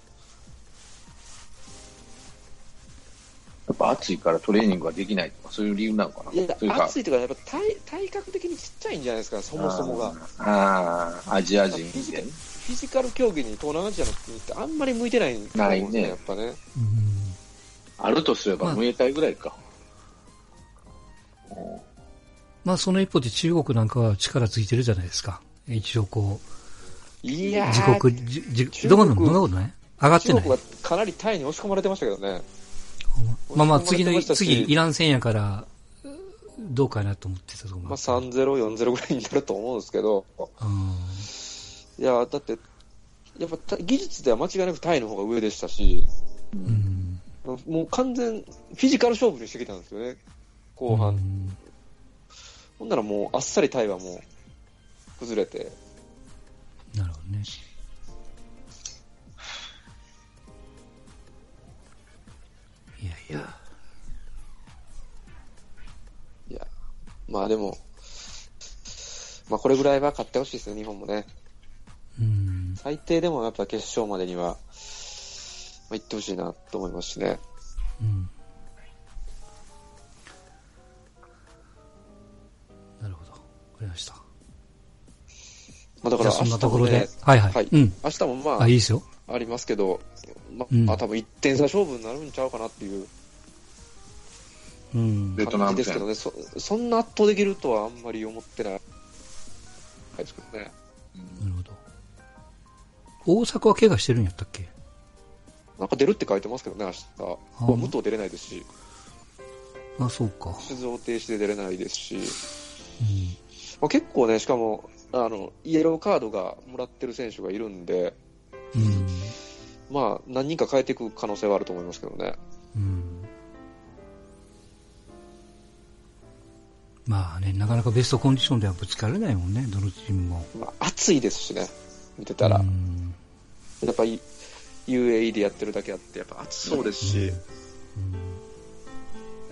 Speaker 3: やっぱ暑いからトレーニングができないとか、そういう理由なのかな。
Speaker 1: いや
Speaker 3: という、か
Speaker 1: 暑いというか、やっぱ体体格的にちっちゃいんじゃないですか、そもそもが。フ
Speaker 3: ああ、アジア人でね。
Speaker 1: ィジカル競技に東南アジアの国ってあんまり向いてないんですよ
Speaker 3: ないね
Speaker 1: やっぱね。
Speaker 2: うん。
Speaker 3: あるとすれ
Speaker 2: ま
Speaker 3: ば、
Speaker 2: あ
Speaker 3: ムエタイぐらいか。
Speaker 2: まあその一方で中国なんかは力ついてるじゃないですか。一応こう、
Speaker 1: いや
Speaker 2: 自
Speaker 1: ー、
Speaker 2: 国、じじ
Speaker 1: 中
Speaker 2: どこ
Speaker 1: 国
Speaker 2: の、どんなことない上がって
Speaker 1: 中
Speaker 2: ない
Speaker 1: 国。はかなりタイに押し込まれてましたけどね。
Speaker 2: まあまあ
Speaker 1: 追い
Speaker 2: 次
Speaker 1: 込まれて
Speaker 2: の、
Speaker 1: ましたし
Speaker 2: 次イラン戦やから、どうかなと思ってたと思う。
Speaker 1: まあ、3-0、4-0ぐらいになると思うんですけど、
Speaker 2: うん。
Speaker 1: いやーだって、やっぱた技術では間違いなくタイの方が上でしたし、
Speaker 2: うん。
Speaker 1: もう完全、フィジカル勝負にしてきたんですよね、後半。
Speaker 2: うん
Speaker 1: ほんならもう、あっさりタイはもう、崩れて。
Speaker 2: なるほどね。いやいや。
Speaker 1: いや、まあでも、まあこれぐらいは買ってほしいですね、日本もね。
Speaker 2: うん。
Speaker 1: 最低でもやっぱ決勝までには、まあ、行ってほしいなと思いますしね。
Speaker 2: うん。なるほど。わかりました。
Speaker 1: まあだから
Speaker 2: じゃあそ
Speaker 1: 明
Speaker 2: ん
Speaker 1: 日
Speaker 2: な
Speaker 1: も、ね、
Speaker 2: ところで。はいはい。
Speaker 1: はい
Speaker 2: うん。
Speaker 1: 明日もまあ、
Speaker 2: あ、いいですよ。
Speaker 1: ありますけど、ま
Speaker 2: うん
Speaker 1: あ、多分1点差勝負になるんちゃうかなっていう
Speaker 2: うん。
Speaker 3: ベトナ
Speaker 1: 感
Speaker 3: ム
Speaker 1: じですけど
Speaker 3: 戦。
Speaker 1: ね、そそんな圧倒できるとはあんまり思ってないですけどね。
Speaker 2: なるほど。大阪は怪我してるんやったっけ
Speaker 1: なんか出るって書いてますけどね、明
Speaker 2: あ
Speaker 1: 日。まあ武藤出れないですし、
Speaker 2: あ、そうか。
Speaker 1: 出場停止で出れないですし、
Speaker 2: うん。
Speaker 1: まあ、結構ね、しかも、あの、イエローカードがもらってる選手がいるんで、
Speaker 2: うん。
Speaker 1: まあ、何人か変えていく可能性はあると思いますけどね。
Speaker 2: うん。まあね、なかなかベストコンディションではぶつかれないもんね、どのチームも。
Speaker 1: まあ、暑いですしね、見てたら。
Speaker 2: うん
Speaker 1: やっぱり UAE でやってるだけあって、やっぱ暑そうですし、
Speaker 2: うん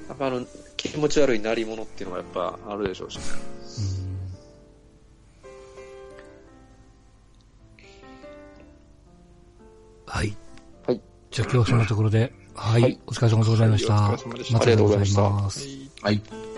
Speaker 1: やっぱあの、気持ち悪い鳴り物っていうのはやっぱあるでしょうしね。
Speaker 2: はい。
Speaker 1: はい。
Speaker 2: じゃあ今日はそんなところで、はい。
Speaker 1: はい
Speaker 2: お疲れ様でございました。
Speaker 5: はいお疲れ様でした
Speaker 2: また
Speaker 1: ありがとうございました
Speaker 2: ます
Speaker 5: はい
Speaker 3: はい。